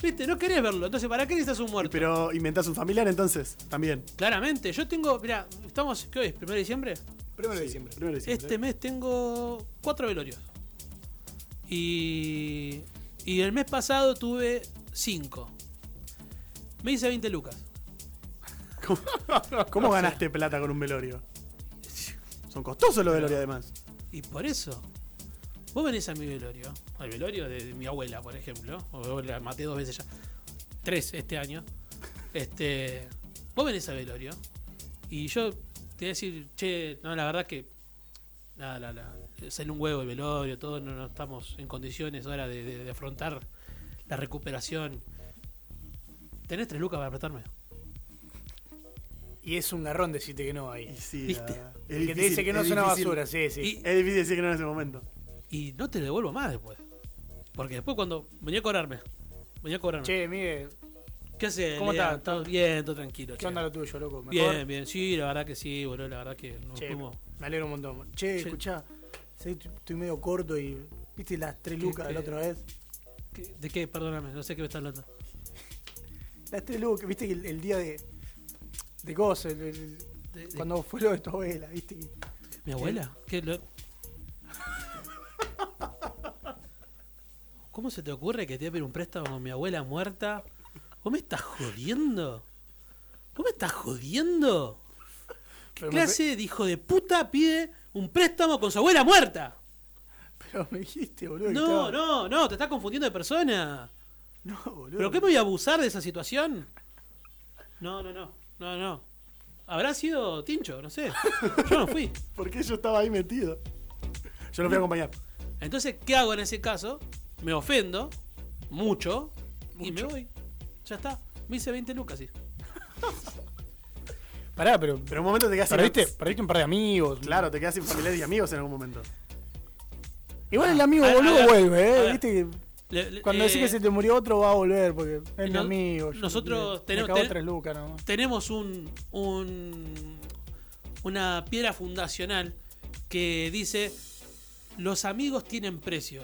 ¿Viste? No querés verlo. Entonces, ¿para qué necesitas un muerto?
Pero inventás un familiar entonces, también.
Claramente, yo tengo. Mira, estamos. ¿Qué hoy? es? ¿1 de diciembre?
Primero de diciembre.
Primero de diciembre.
Este mes tengo cuatro velorios. Y, y el mes pasado tuve cinco. Me hice 20 lucas.
Ah, ¿Cómo ganaste plata con un velorio? Son costosos los velorios además.
Y por eso, vos venís a mi velorio, al velorio de, de mi abuela, por ejemplo. o- o la maté dos veces ya. Tres este año. Este, vos venís al velorio. Y yo te voy a decir, che, no, la verdad que. Nada, la, la, sale un huevo el velorio, todo, no, no estamos en condiciones ahora de, de- de afrontar la recuperación. ¿Tenés tres lucas para apretarme?
Y es un garrón decirte que no
Y
ahí.
sí,
¿Viste?
la- es
El que te
difícil,
dice que no es una
difícil.
basura, sí, sí.
Y-
Es difícil decir que no en ese momento.
Y no te lo devuelvo más después. Porque después cuando venía a cobrarme, venía a cobrarme.
Che, Miguel,
¿Qué haces?
¿Cómo
Lea?
estás?
¿Estás bien? ¿Todo tranquilo?
¿qué
che?
onda lo tuyo, loco? ¿Mejor?
Bien, bien, sí, la verdad que sí, boludo, la verdad que nos
Che,
fuimos.
me alegro un montón. Che,
Sí.
escuchá, sé que estoy medio corto y. ¿Viste las tres
¿Qué
lucas
te-
la otra vez?
¿Qué- ¿De qué? Perdóname, no sé qué me estás hablando.
Las tres lucas, viste que el, el día de. de cosas, el- el-
¿De- de-
cuando fue lo de tu abuela, viste que.
¿Mi abuela? ¿Qué? lo- ¿Cómo se te ocurre que te voy a pedir un préstamo con mi abuela muerta? ¿Vos me estás jodiendo? ¿Vos me estás jodiendo? ¿Qué
Pero me-
clase de hijo de puta pide un préstamo con su abuela muerta?
Pero me dijiste, boludo. que
No,
estaba-
no, no, te estás confundiendo de persona.
No, boludo.
¿Pero qué me voy a abusar de esa situación? No, no, no, no, no. Habrá sido Tincho, no sé. Yo no fui.
Porque yo estaba ahí metido. Yo lo fui a acompañar.
Entonces, ¿qué hago en ese caso? Me ofendo mucho, y me
Mucho.
voy. Ya está. Me hice 20 lucas, sí.
Pará, pero.
Pero en un momento te quedas sin.
Perdiste, perdiste un par de amigos.
Claro, te quedas sin familiares y amigos en algún momento.
Igual el amigo
A ver,
boludo
a ver,
vuelve,
a
¿eh?
ver.
Viste que.
Le- le-
Cuando
eh,
decís que se te murió otro, va a volver porque es mi
no-
amigo.
nosotros tenemos-
Tenemos
ten-
tres lucas nomás.
Tenemos un, un- una piedra fundacional que dice, los amigos tienen precio.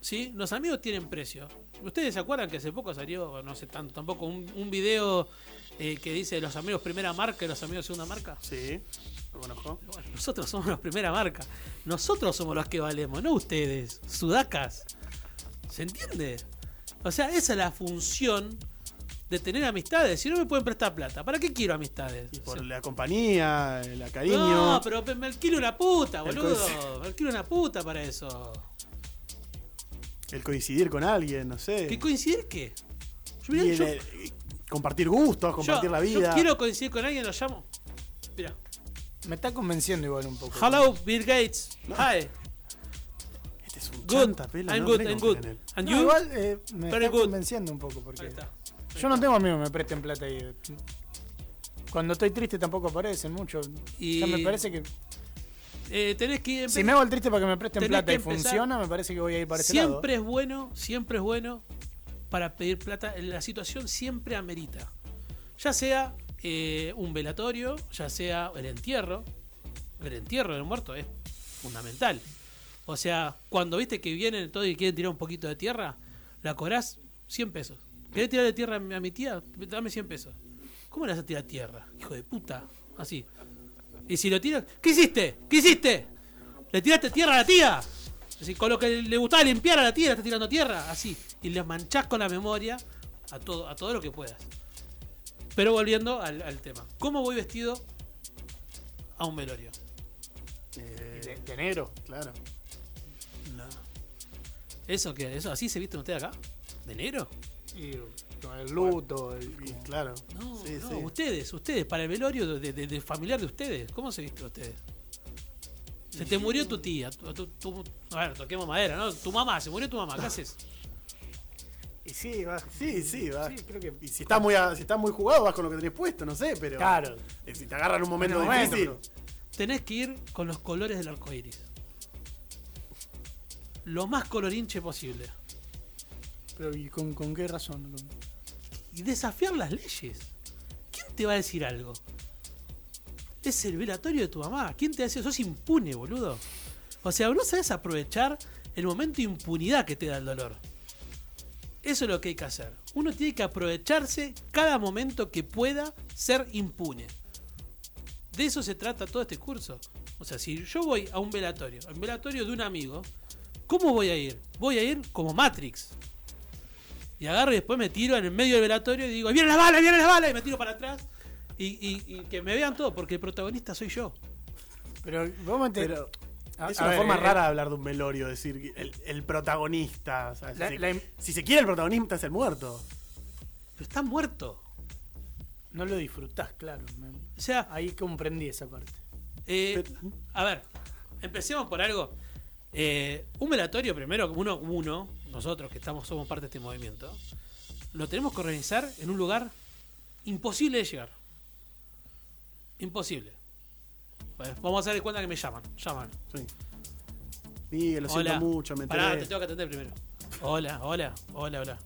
¿Sí? Los amigos tienen precio. ¿Ustedes se acuerdan que hace poco salió, no sé tanto tampoco, un, un video eh, que dice los amigos primera marca y los amigos segunda marca?
Sí, lo conozco.
Bueno, nosotros somos la primera marca. Nosotros somos los que valemos, no ustedes, sudacas. ¿Se entiende? O sea, esa es la función de tener amistades. Si no me pueden prestar plata, ¿para qué quiero amistades?
Y
O
por
sea,
la compañía, el cariño.
no, pero me- me alquilo una puta,
El
boludo. Me alquilo una puta para eso.
El coincidir con alguien, no sé.
¿Qué coincidir qué? Yo,
Y
mirá,
el-
yo-
el- compartir gustos, compartir
yo-
la
yo
vida.
quiero coincidir con alguien, lo llamo. Mira.
Me está convenciendo igual un poco.
Hello, Bill Gates. Hi.
Este es un
Good.
chanta, pela,
I'm
no-
good,
no le
I'm
confío
good.
en él.
And
No,
you?
igual eh, me
Very
está
good.
convenciendo un poco
Ahí
porque.
está.
Yo no tengo amigos que me presten plata y. Cuando estoy triste tampoco aparecen mucho.
Y-
Ya me parece que.
Eh, tenés que ir-
Si me hago el triste para que me presten
tenés
plata
que
y
empezar-
funciona, me parece que voy a ir para ese lado.
siempre es bueno, siempre es bueno para pedir plata. La situación siempre amerita. Ya sea eh, un velatorio, ya sea el entierro. El entierro del muerto es fundamental. O sea, cuando viste que vienen todos y quieren tirar un poquito de tierra, la cobrás 100 pesos. ¿Querés tirar de tierra a mi a mi tía? Dame 100 pesos. ¿Cómo le vas a tirar tierra? Hijo de puta. Así. Y si lo tiras, ¿qué hiciste? ¿Qué hiciste? ¿Le tiraste tierra a la tía? Así, con lo que le gustaba limpiar a la tía, le estás tirando tierra. Así. Y le manchás con la memoria a todo, a todo lo que puedas. Pero volviendo al, al tema. ¿Cómo voy vestido a un velorio?
De,
Eh,
de negro.
claro.
No. ¿Eso qué? ¿Eso así se visten ustedes acá? ¿De negro?
Y con el luto. el-
Y claro.
No,
Sí,
no,
sí.
ustedes, ustedes, para el velorio de, de- del familiar de ustedes, ¿cómo se visten ustedes? Se te murió tu tía, tu, tu- tu- a ver, toquemos madera, ¿no? Tu mamá, se murió tu mamá, ¿qué haces?
Y sí, va.
Sí, sí, va.
Sí, creo que.
Y si estás muy, a- si estás muy jugado, vas con lo que tenés puesto, no sé, pero.
Claro.
Eh, Si te agarran un momento
En el momento,
difícil.
Tenés que ir con los colores del arco iris. Lo más colorinche posible.
Pero ¿y con, con qué razón? Con-
Y desafiar las leyes. ¿Quién te va a decir algo? Es el velatorio de tu mamá. ¿Quién te va a decir? Sos impune, boludo. O sea, no sabes aprovechar el momento de impunidad que te da el dolor. Eso es lo que hay que hacer. Uno tiene que aprovecharse cada momento que pueda ser impune. De eso se trata todo este curso. O sea, si yo voy a un velatorio, a un velatorio de un amigo, ¿cómo voy a ir? Voy a ir como Matrix. Y agarro y después me tiro en el medio del velatorio y digo, ¡Viene la bala, viene la bala! Y me tiro para atrás. Y, y- y que me vean todo, porque el protagonista soy yo.
Pero vamos a ente-
Pero
a-
es
a
una
ver,
forma
eh,
rara de hablar de un velorio, decir el, el protagonista. o sea,
La-
si, se-
la-
si se quiere el protagonista es el muerto.
Pero está muerto.
No lo disfrutás, claro. me-
O sea,
Ahí comprendí esa parte.
Eh,
Pero-
a ver, empecemos por algo. Eh, un velatorio primero, uno, uno, nosotros que estamos, somos parte de este movimiento, lo tenemos que organizar en un lugar imposible de llegar. Imposible. Bueno, vamos a hacer de cuenta que me llaman. Llaman.
Sí. Miguel, lo
Hola.
siento mucho, me
Pará,
enteré.
te tengo que atender primero. Hola, hola, hola, hola.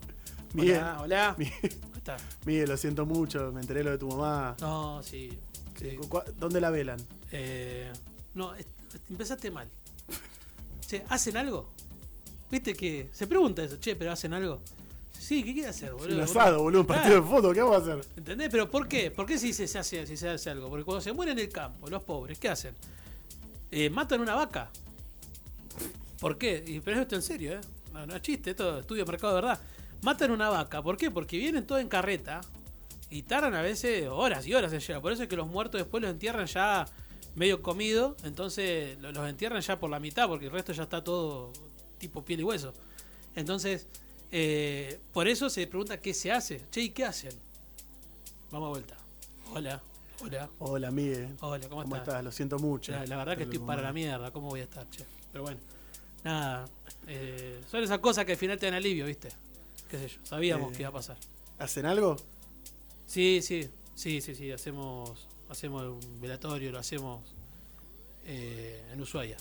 Miguel,
Hola, hola.
*laughs* Miguel,
¿Cómo está?
Miguel, lo siento mucho, me enteré lo de tu mamá.
No, sí. sí.
¿Cu- cua- ¿Dónde la velan?
Eh, no, es- empezaste mal. Che, ¿hacen algo? ¿Viste que se pregunta eso? Che, ¿pero hacen algo? Sí, ¿qué quiere hacer, boludo?
Un asado, boludo, un partido de fútbol, ¿qué vamos a hacer?
¿Entendés? Pero ¿por qué? ¿Por qué si se, se hace, si se hace algo? Porque cuando se mueren en el campo, los pobres, ¿qué hacen? Eh, matan una vaca. ¿Por qué? Y- pero esto en serio, ¿eh? No, no es chiste, esto es estudio de mercado de verdad. Matan una vaca, ¿por qué? Porque vienen todos en carreta y tardan a veces horas y horas en llegar. Por eso es que los muertos después los entierran ya medio comido, entonces lo- los entierran ya por la mitad, porque el resto ya está todo tipo piel y hueso. Entonces, eh, por eso se pregunta qué se hace. Che, ¿y qué hacen? Vamos a vuelta. Hola, hola,
Hola, Miguel.
hola, ¿cómo,
¿Cómo
estás?
estás? Lo siento mucho.
La, la verdad que
Pero
estoy
tu
para
mamá-
la mierda, ¿cómo voy a estar, che? Pero bueno, nada, eh, son esas cosas que al final te dan alivio, ¿viste? Qué sé yo, sabíamos
Eh.
que iba a pasar.
¿Hacen algo?
Sí, sí, sí, sí, sí, hacemos, hacemos un velatorio, lo hacemos eh, en Ushuaia.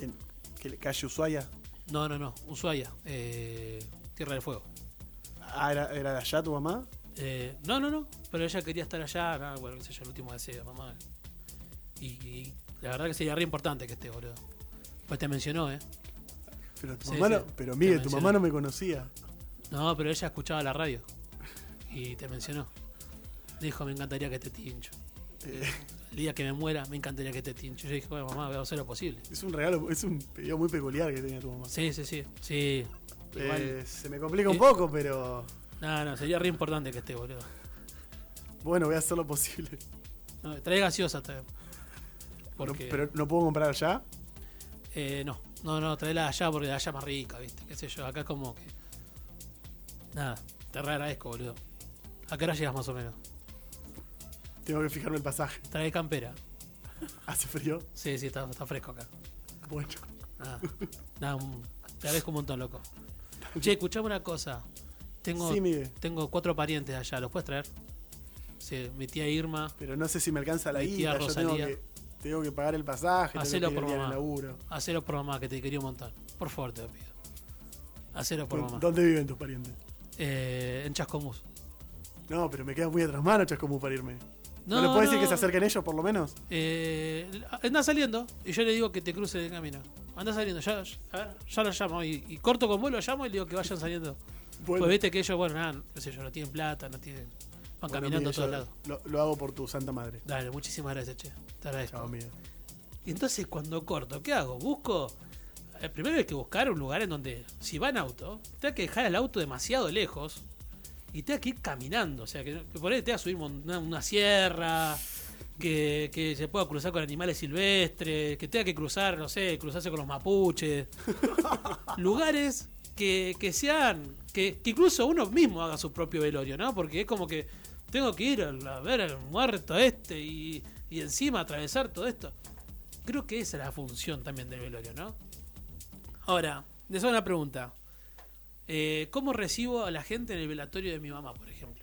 ¿En qué- calle Ushuaia?
No, no, no, Ushuaia, eh, Tierra del Fuego.
Ah, ¿era, era de allá tu mamá?
Eh, no, no, no, pero ella quería estar allá, nada, bueno, qué sé yo, el último deseo, mamá. Y, y la verdad que sería re importante que esté, boludo. Pues te mencionó, ¿eh?
Pero tu
Sí,
mamá
sí.
no. Pero Miguel,
Te
tu
mencioné.
mamá no me conocía.
No, pero ella escuchaba la radio. Y te mencionó. Dijo, me encantaría que esté tincho.
Eh,
El día que me muera, me encantaría que esté tincho. Yo dije, bueno, mamá, voy a hacer lo posible.
es un regalo, es un pedido muy peculiar que tenía tu mamá.
Sí, sí, sí. Sí.
Eh,
Igual.
se me complica un
Eh.
poco, pero
No, no, sería re importante que esté, boludo.
bueno, voy a hacer lo posible.
No, trae gaseosa también.
No,
Porque,
pero no puedo comprar allá.
eh, no, no, no, traela de allá porque de allá es más rica, ¿viste? Qué sé yo, acá como que. Nada, te re agradezco, boludo. ¿A qué hora llegas más o menos?
Tengo que fijarme el pasaje. *laughs*
Trae campera.
¿Hace frío?
Sí, sí, está, está fresco acá.
Bueno. *laughs*
Nada, nada, un- te agradezco un montón, loco. Che, escuchame una cosa. Tengo,
Sí, Miguel.
tengo cuatro parientes allá, ¿los puedes traer? Sí, mi tía Irma,
Pero no sé si me alcanza la
Mi tía
guita. Yo tengo
Rosalía.
que, tengo que pagar el pasaje, tengo
Hacelo
que ir
por
el día del
mamá.
laburo.
hacelo por mamá, que te quería un montón. Por favor, te lo pido. Hacelo por
¿Dó-
mamá.
¿Dónde viven tus parientes?
Eh, en Chascomús.
No, pero me queda muy atrás mano, Chascomú, para irme. ¿No, le puedo decir que se acerquen ellos, por lo menos?
Eh, anda saliendo y yo le digo que te cruce el camino. Anda saliendo, ya, ya- a ver, ya lo llamo. Y, y corto con vos, lo llamo y le digo que vayan saliendo.
Bueno,
Pues viste que ellos, bueno, nada, no sé yo, no tienen plata, no tienen. Van
bueno,
caminando
Miguel,
a todos
yo
lados.
Lo, lo hago por tu santa madre.
Dale, muchísimas gracias, che. Te agradezco.
Chao, Miguel.
Y entonces cuando corto, ¿qué hago? Busco. eh, primero hay que buscar un lugar en donde, si va en auto, tenga que dejar el auto demasiado lejos y tenga que ir caminando. O sea, que, que por ahí tenga que subir mon- una, una sierra, que, que se pueda cruzar con animales silvestres, que tenga que cruzar, no sé, cruzarse con los mapuches. Lugares que, que sean. Que, que incluso uno mismo haga su propio velorio, ¿no? Porque es como que tengo que ir a, a ver al muerto este y, y encima atravesar todo esto. Creo que esa es la función también del velorio, ¿no? Ahora, les hago una pregunta. Eh, ¿Cómo recibo a la gente en el velatorio de mi mamá, por ejemplo?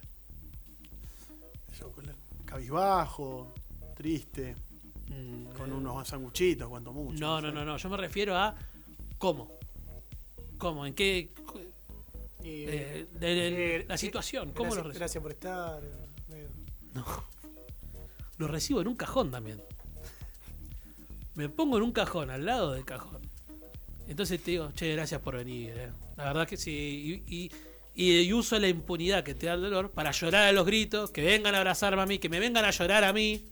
Yo con la- cabizbajo, triste,
Mm,
con
eh,
unos sanguchitos, cuanto mucho.
No, no, no, no. Yo me refiero a cómo. ¿Cómo? ¿En qué?
Y-
eh, de- de-
eh,
la situación. ¿Cómo
gracias,
lo recibo?
Gracias por estar. eh, medio-
No. Lo recibo en un cajón también. Me pongo en un cajón, al lado del cajón. Entonces te digo, che, gracias por venir. eh. La verdad que sí. Y, y- y- y uso la impunidad que te da el dolor para llorar a los gritos, que vengan a abrazarme a mí, que me vengan a llorar a mí.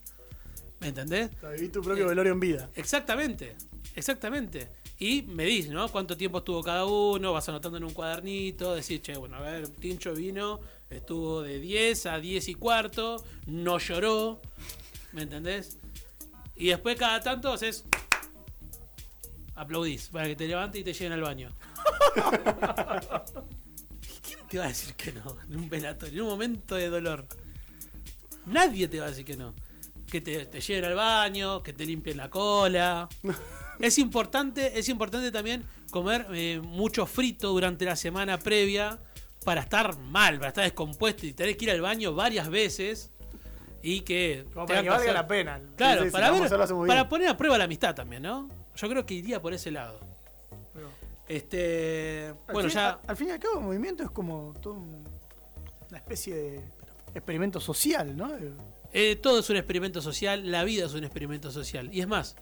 ¿Me entendés?
O sea, viví tu
Eh.
propio velorio en vida.
Exactamente, exactamente. Y me dices, ¿no? Cuánto tiempo estuvo cada uno, vas anotando en un cuadernito, decís, che, bueno, a ver, Tincho vino, estuvo de 10 a 10 y cuarto, no lloró, ¿me entendés? Y después cada tanto haces... Aplaudís para que te levantes y te lleven al
*laughs*
baño. ¿Quién te va a decir que no? En un velatorio, en un momento de dolor. Nadie te va a decir que no. Que te, te
*laughs*
lleven al baño, que te limpien la cola. es importante, es importante también comer eh, mucho frito durante la semana previa para estar mal, para estar descompuesto y tener que ir al baño varias veces y que...
Como
te
para
haga
que valga
hacer-
la pena.
Claro,
Sí, sí,
para,
sí,
ver-
Gonzalo hace muy
para
bien.
poner a prueba la amistad también, ¿no? Yo creo que iría por ese lado. Este,
Al
bueno,
fin-
ya
a- Al fin y al cabo, el movimiento es como todo un- una especie de experimento social, ¿no? De-
eh, todo es un experimento social, la vida es un experimento social. Y es más,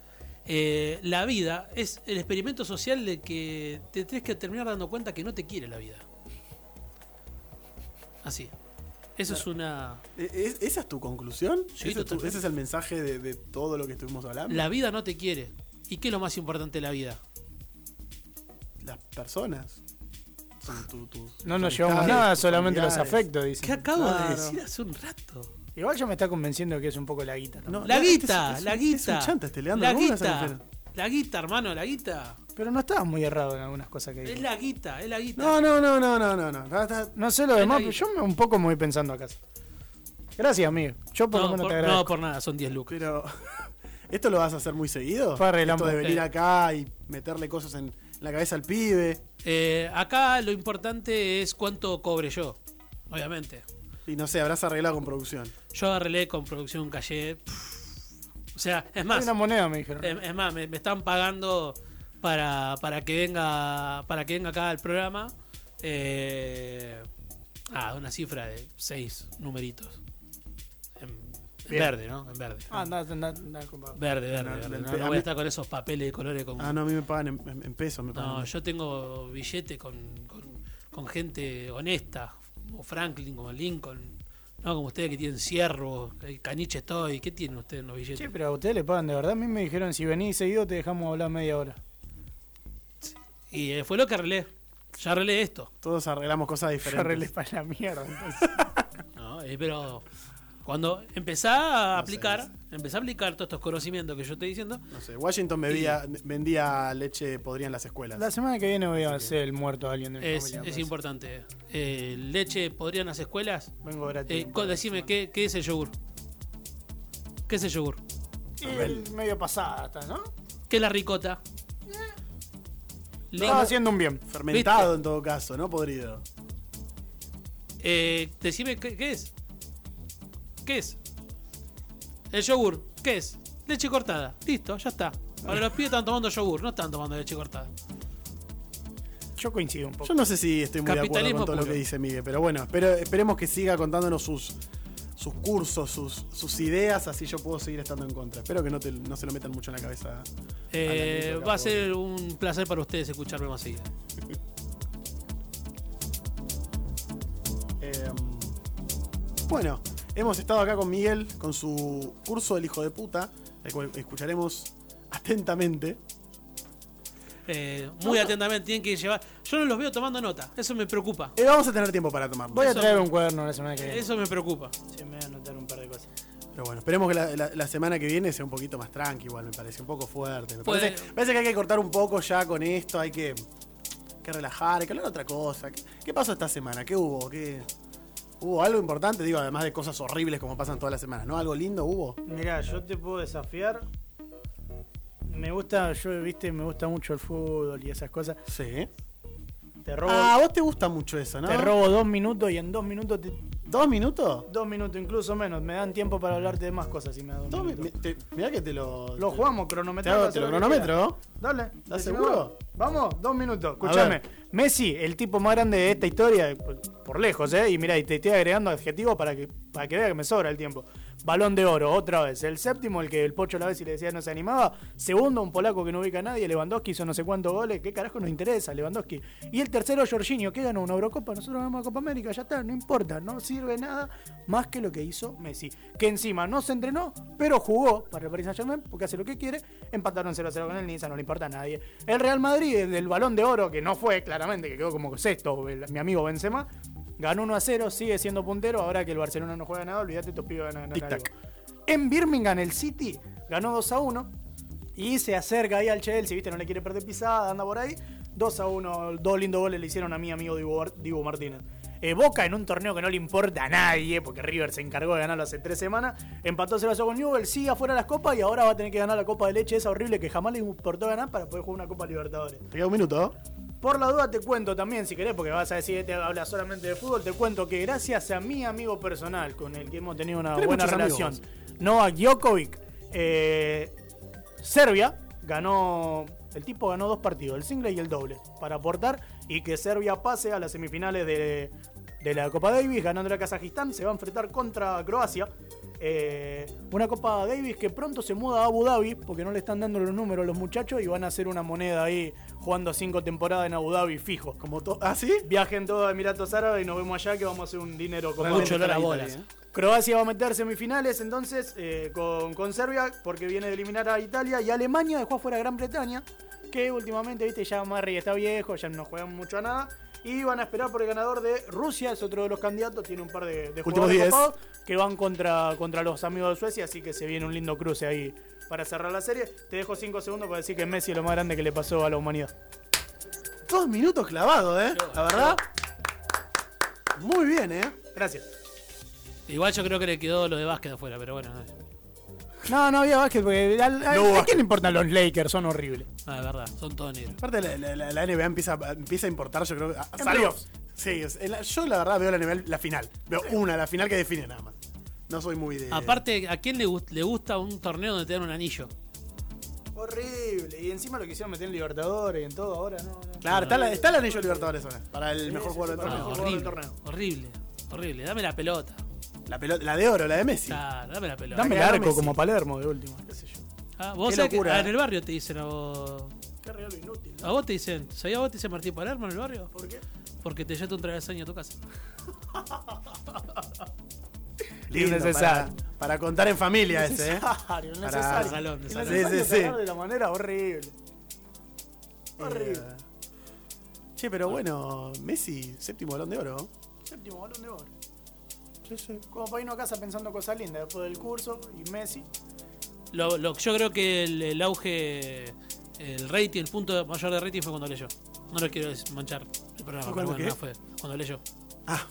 eh, la vida es el experimento social de que te tienes que terminar dando cuenta que no te quiere la vida. Así. Eso es una...
¿E- es- ¿Esa es tu conclusión?
Sí,
¿Ese, es tu-
totalmente.
ese es el mensaje de, de todo lo que estuvimos hablando?
La vida no te quiere. ¿Y qué es lo más importante de la vida?
Las personas. Son tu- tus-
No nos
tus
llevamos
amistades,
nada,
tus
solamente los
familiares.
afectos, dice.
¿Qué acabo
Claro.
de decir hace un rato?
Igual ya me está convenciendo que es un poco la guita. también.
No,
La
este es-
guita,
es un-
la
Es un
guita.
chanta este, Leandro.
La
¿cómo vas a
guita.
defender?
La guita, hermano, la guita.
Pero no estabas muy errado en algunas cosas que
Es
dijo.
la guita, es la guita.
No, no, no, no, no, no. no. Ta- ta-
No sé lo
es
demás,
la
pero yo me un poco me voy pensando a casa. Gracias, amigo. Yo por lo menos
por,
te
no,
agradezco.
por nada, son 10 lucas.
Pero. *laughs* ¿Esto lo vas a hacer muy seguido?
Fue relámpago.
Esto de venir
Sí.
acá y meterle cosas en la cabeza al pibe.
Eh, acá lo importante es cuánto cobre yo, obviamente.
Y no sé, habrás arreglado con producción.
Yo arreglé con producción Calle. pff. O sea, es
Hay
más, Eh.
una moneda, me dijeron.
es, es más, me, me están pagando para, para que venga para que venga acá al programa. Eh, ah, una cifra de 6 numeritos. En, en
Bien.
verde, ¿no? En verde.
ah, anda, anda, anda, compadre.
Verde, verde,
No,
verde.
del
No,
pe-
no
a
voy
mí-
a estar con esos papeles de colores con.
Ah, no, a mí me pagan en, en- en pesos. Me pagan.
No, yo tengo billete con, con- con gente honesta, como Franklin, como Lincoln, no como ustedes que tienen ciervo, el caniche estoy, ¿qué tienen ustedes en los billetes?
Che, pero a ustedes le pagan de verdad. A mí me dijeron, si venís seguido te dejamos hablar media hora.
Y eh, fue lo que arreglé, ya arreglé esto,
Todos arreglamos cosas
Yo
diferentes.
arreglé para la mierda. entonces.
¿no? Eh, pero cuando empezá a
No
aplicar, empezá a aplicar todos estos conocimientos que yo estoy diciendo,
No sé, Washington bebía- vendía leche podrida en las escuelas.
*laughs* la semana que viene voy a
Así que-
hacer el muerto a alguien de mi
es,
familia, pues. me
es
pues.
parece.
importante. Eh, leche podría en las escuelas,
Vengo gratis.
Eh, co- decime, ¿qué, ¿qué es el yogur? ¿Qué es el yogur?
Y el medio pasada está, ¿no?
¿Qué es la ricota? Lin-
Estaba haciendo un bien.
Fermentado
¿Viste?
en todo caso, no podrido.
Eh, decime ¿qué, qué es. ¿Qué es? El yogur. ¿Qué es? Leche cortada. Listo, ya está. Ahora los pibes están tomando yogur, no están tomando leche cortada.
Yo coincido un poco.
Yo no sé si estoy muy de acuerdo con
Capitalismo
todo lo
puro.
que dice Miguel, pero bueno, espero- esperemos que siga contándonos sus, sus cursos, sus, sus ideas, así yo puedo seguir estando en contra. Espero que no, te- no se lo metan mucho en la cabeza.
Eh,
Alan, listo,
va a
acabó.
ser un placer para ustedes escucharme más seguido.
Eh, bueno, hemos estado acá con Miguel con su curso del hijo de puta, el cual escucharemos atentamente.
Eh, muy atentamente tienen que llevar. Yo no los veo tomando nota. Eso me preocupa.
Eh, vamos a tener tiempo para tomarlo.
Voy a
Eso-
traer un cuaderno la semana que viene.
Eso me preocupa.
Sí, me voy a anotar un par de cosas.
Pero bueno, esperemos que la, la- la semana que viene sea un poquito más tranqui, igual me parece, un poco fuerte. Me
Puede-
parece, me parece que hay que cortar un poco ya con esto, hay que, que relajar, hay que hablar de otra cosa. ¿Qué, qué pasó esta semana? ¿Qué hubo? ¿Qué, ¿Hubo algo importante? Digo, además de cosas horribles como pasan todas las semanas, ¿no? ¿Algo lindo hubo?
Mirá, yo te puedo desafiar. Me gusta, yo, viste, me gusta mucho el fútbol y esas cosas.
Sí.
Te robo,
Ah, a vos te gusta mucho eso, ¿no?
te robo dos minutos y en dos minutos, te-
¿Dos minutos?
dos minutos incluso menos, me dan tiempo para hablarte de más cosas si me das dos
Dos mi-
minutos.
te- mirá que te lo...
Lo
te-
jugamos,
Te,
cronometrado.
hago, te lo cronometro.
Dale.
¿Estás
decime
seguro?
vos. Vamos, dos minutos.
A
Escúchame. Messi, el tipo más grande de esta historia, por, por lejos, ¿eh? Y mirá, y te estoy agregando adjetivos para que, para que veas que me sobra el tiempo. Balón de oro, otra vez. El séptimo, el que el Pocho la vez y le decía no se animaba. Segundo, un polaco que no ubica a nadie. Lewandowski hizo no sé cuántos goles. ¿Qué carajo nos interesa, Lewandowski? Y el tercero, Jorginho, que ganó una Eurocopa. Nosotros ganamos la Copa América, ya está, no importa. No sirve nada más que lo que hizo Messi. Que encima no se entrenó, pero jugó para el Paris Saint Germain porque hace lo que quiere. Empataron 0-0 con el Niza, no le importa a nadie. El Real Madrid, el del balón de oro, que no fue claramente, que quedó como sexto, el- mi amigo Benzema. Ganó 1 a 0, sigue siendo puntero. Ahora que el Barcelona no juega nada, olvídate, estos pibes van a ganar
Tic-tac.
algo. En Birmingham, el City ganó 2 a 1 y se acerca ahí al Chelsea, ¿viste? No le quiere perder pisada, anda por ahí. 2 a 1, dos lindos goles le hicieron a mi amigo Dibu, Dibu Martínez. Eh, Boca en un torneo que no le importa a nadie, porque River se encargó de ganarlo hace tres semanas, empató 0 a 0 con Newell, sigue afuera de las copas y ahora va a tener que ganar la copa de leche esa horrible que jamás le importó ganar para poder jugar una Copa Libertadores.
Te queda un minuto.
Por la duda te cuento también, si querés, porque vas a decir, te hablas solamente de fútbol, te cuento que gracias a mi amigo personal, con el que hemos tenido una
Tenés
buena
muchos
relación,
amigos.
Novak Djokovic, eh, Serbia ganó, el tipo ganó dos partidos, el single y el doble, para aportar y que Serbia pase a las semifinales de, de la Copa Davis, ganando a Kazajistán, se va a enfrentar contra Croacia. Eh, una Copa Davis que pronto se muda a Abu Dhabi porque no le están dando los números a los muchachos y van a hacer una moneda ahí jugando cinco temporadas en Abu Dhabi fijo.
Como to- ¿Ah, sí?
Viajen todos a Emiratos Árabes y nos vemos allá que vamos a hacer un dinero con
Mucho olor a ¿eh? bolas.
Croacia va a meter semifinales entonces eh, con, con Serbia porque viene de eliminar a Italia y Alemania dejó afuera a Gran Bretaña que últimamente, viste, ya Murray está viejo, ya no juegan mucho a nada y van a esperar por el ganador de Rusia, es otro de los candidatos, tiene un par de, de
Últimos
jugadores
diez.
copados que van contra, contra los amigos de Suecia, así que se viene un lindo cruce ahí para cerrar la serie. Te dejo 5 segundos para decir que Messi es lo más grande que le pasó a la humanidad.
Dos minutos clavados, ¿eh? La verdad. Muy bien, ¿eh?
Gracias.
Igual yo creo que le quedó lo de básquet afuera, pero bueno, no,
No, no había básquet porque al- al-
No hubo
¿a quién le importan los Lakers? Son horribles.
no, es verdad, son todos negros.
Aparte, la, la- la- la NBA empieza, empieza a importar, yo creo. a- a-
playoffs.
Sí, es- en la- yo la verdad veo la NBA la final. Veo una, la final que define nada más. No soy muy de.
Aparte, ¿a quién le, gust- le gusta un torneo donde te dan un anillo?
Horrible. Y encima lo quisieron meter en Libertadores y en todo ahora, no, no.
Claro, está, la- está el anillo de Libertadores ahora. Para el mejor
sí,
jugador
sí,
del
para
No,
torneo.
mejor jugador del
Ah, horrible,
torneo.
horrible, horrible. Dame la pelota.
La, pelota, la de oro, la de Messi.
Claro, dame la pelota.
Dame el
Ganó
arco
Messi.
como Palermo de último. Qué sé yo.
Ah, vos
Qué
sabés que
locura,
ah,
eh.
en el barrio te dicen a vos.
Qué regalo inútil.
A vos te dicen, ¿sabías vos te dicen Martín Palermo en el barrio?
¿Por qué?
Porque te llevaste un travesaño a tu casa.
Lindo, para,
Innecesario.
para contar en familia *laughs* ese, ¿eh?
Necesario,
Para-
necesario.
Salón, de salón.
Innecesario
Sí, sí, sí.
sacar de la manera horrible. Horrible.
Eh, Che, pero bueno, Messi, séptimo balón de oro.
Séptimo balón de oro. Como para irnos a casa pensando cosas lindas después del curso y Messi.
Lo, lo- yo creo que el, el auge, el rating, el punto mayor de rating fue cuando leyó. No lo quiero manchar el programa,
¿Fue
pero
cuando
bueno,
qué?
no, fue cuando leyó.
Ah,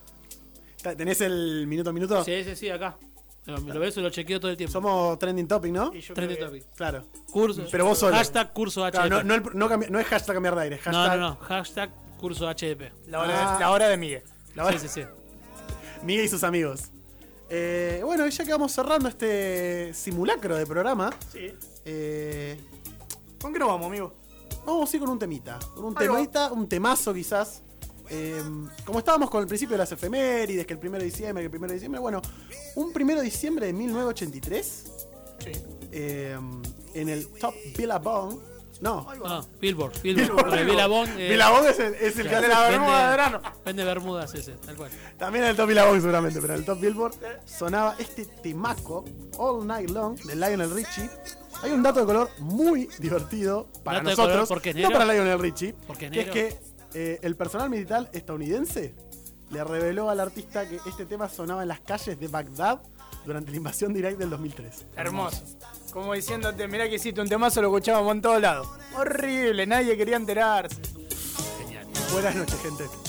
Ta- ¿tenés el minuto a minuto?
Sí, sí, sí, acá. Lo, lo ves y lo chequeo todo el tiempo.
Somos trending topic, ¿no?
Y yo
Trending
creo que-
topic.
Claro.
Curso,
Pero vos solo.
Hashtag curso HDP.
Claro, no,
no,
no, el- no cambi- no es hashtag cambiar de aire, hashtag.
Ah, no, no, Hashtag curso HDP.
La hora,
Ah.
de, la hora de Miguel.
La verdad,
Sí, sí, sí.
Miguel y sus amigos. Eh, bueno, y ya que vamos cerrando este simulacro de programa,
Sí.
eh,
¿Con qué nos vamos, amigo?
vamos a ir con un temita. Con un
Ahí va.
temita, un temazo quizás. Eh, como estábamos con el principio de las efemérides, que el 1 de diciembre, que el 1 de diciembre, bueno, un 1 de diciembre de 1983,
Sí.
eh, en el Top Billabong, no,
Ah, Billboard, Billboard. Porque Billabong, eh,
Billabong es el, es el que hace la
vende-
bermuda de verano.
Vende bermudas ese, tal cual.
También en el Top Billabong seguramente, pero en el Top Billboard sonaba este temaco, All Night Long, de Lionel Richie. Hay un dato de color muy divertido para
¿Dato de
nosotros,
color porque es
no
negro?
para Lionel Richie,
¿Porque es
que es
negro?
que eh, el personal militar estadounidense le reveló al artista que este tema sonaba en las calles de Bagdad durante la invasión de Irak del 2003.
Hermoso. Como diciéndote, mirá que hiciste un temazo, lo escuchábamos en todos lados. Horrible, nadie quería enterarse.
Genial.
Buenas noches, gente.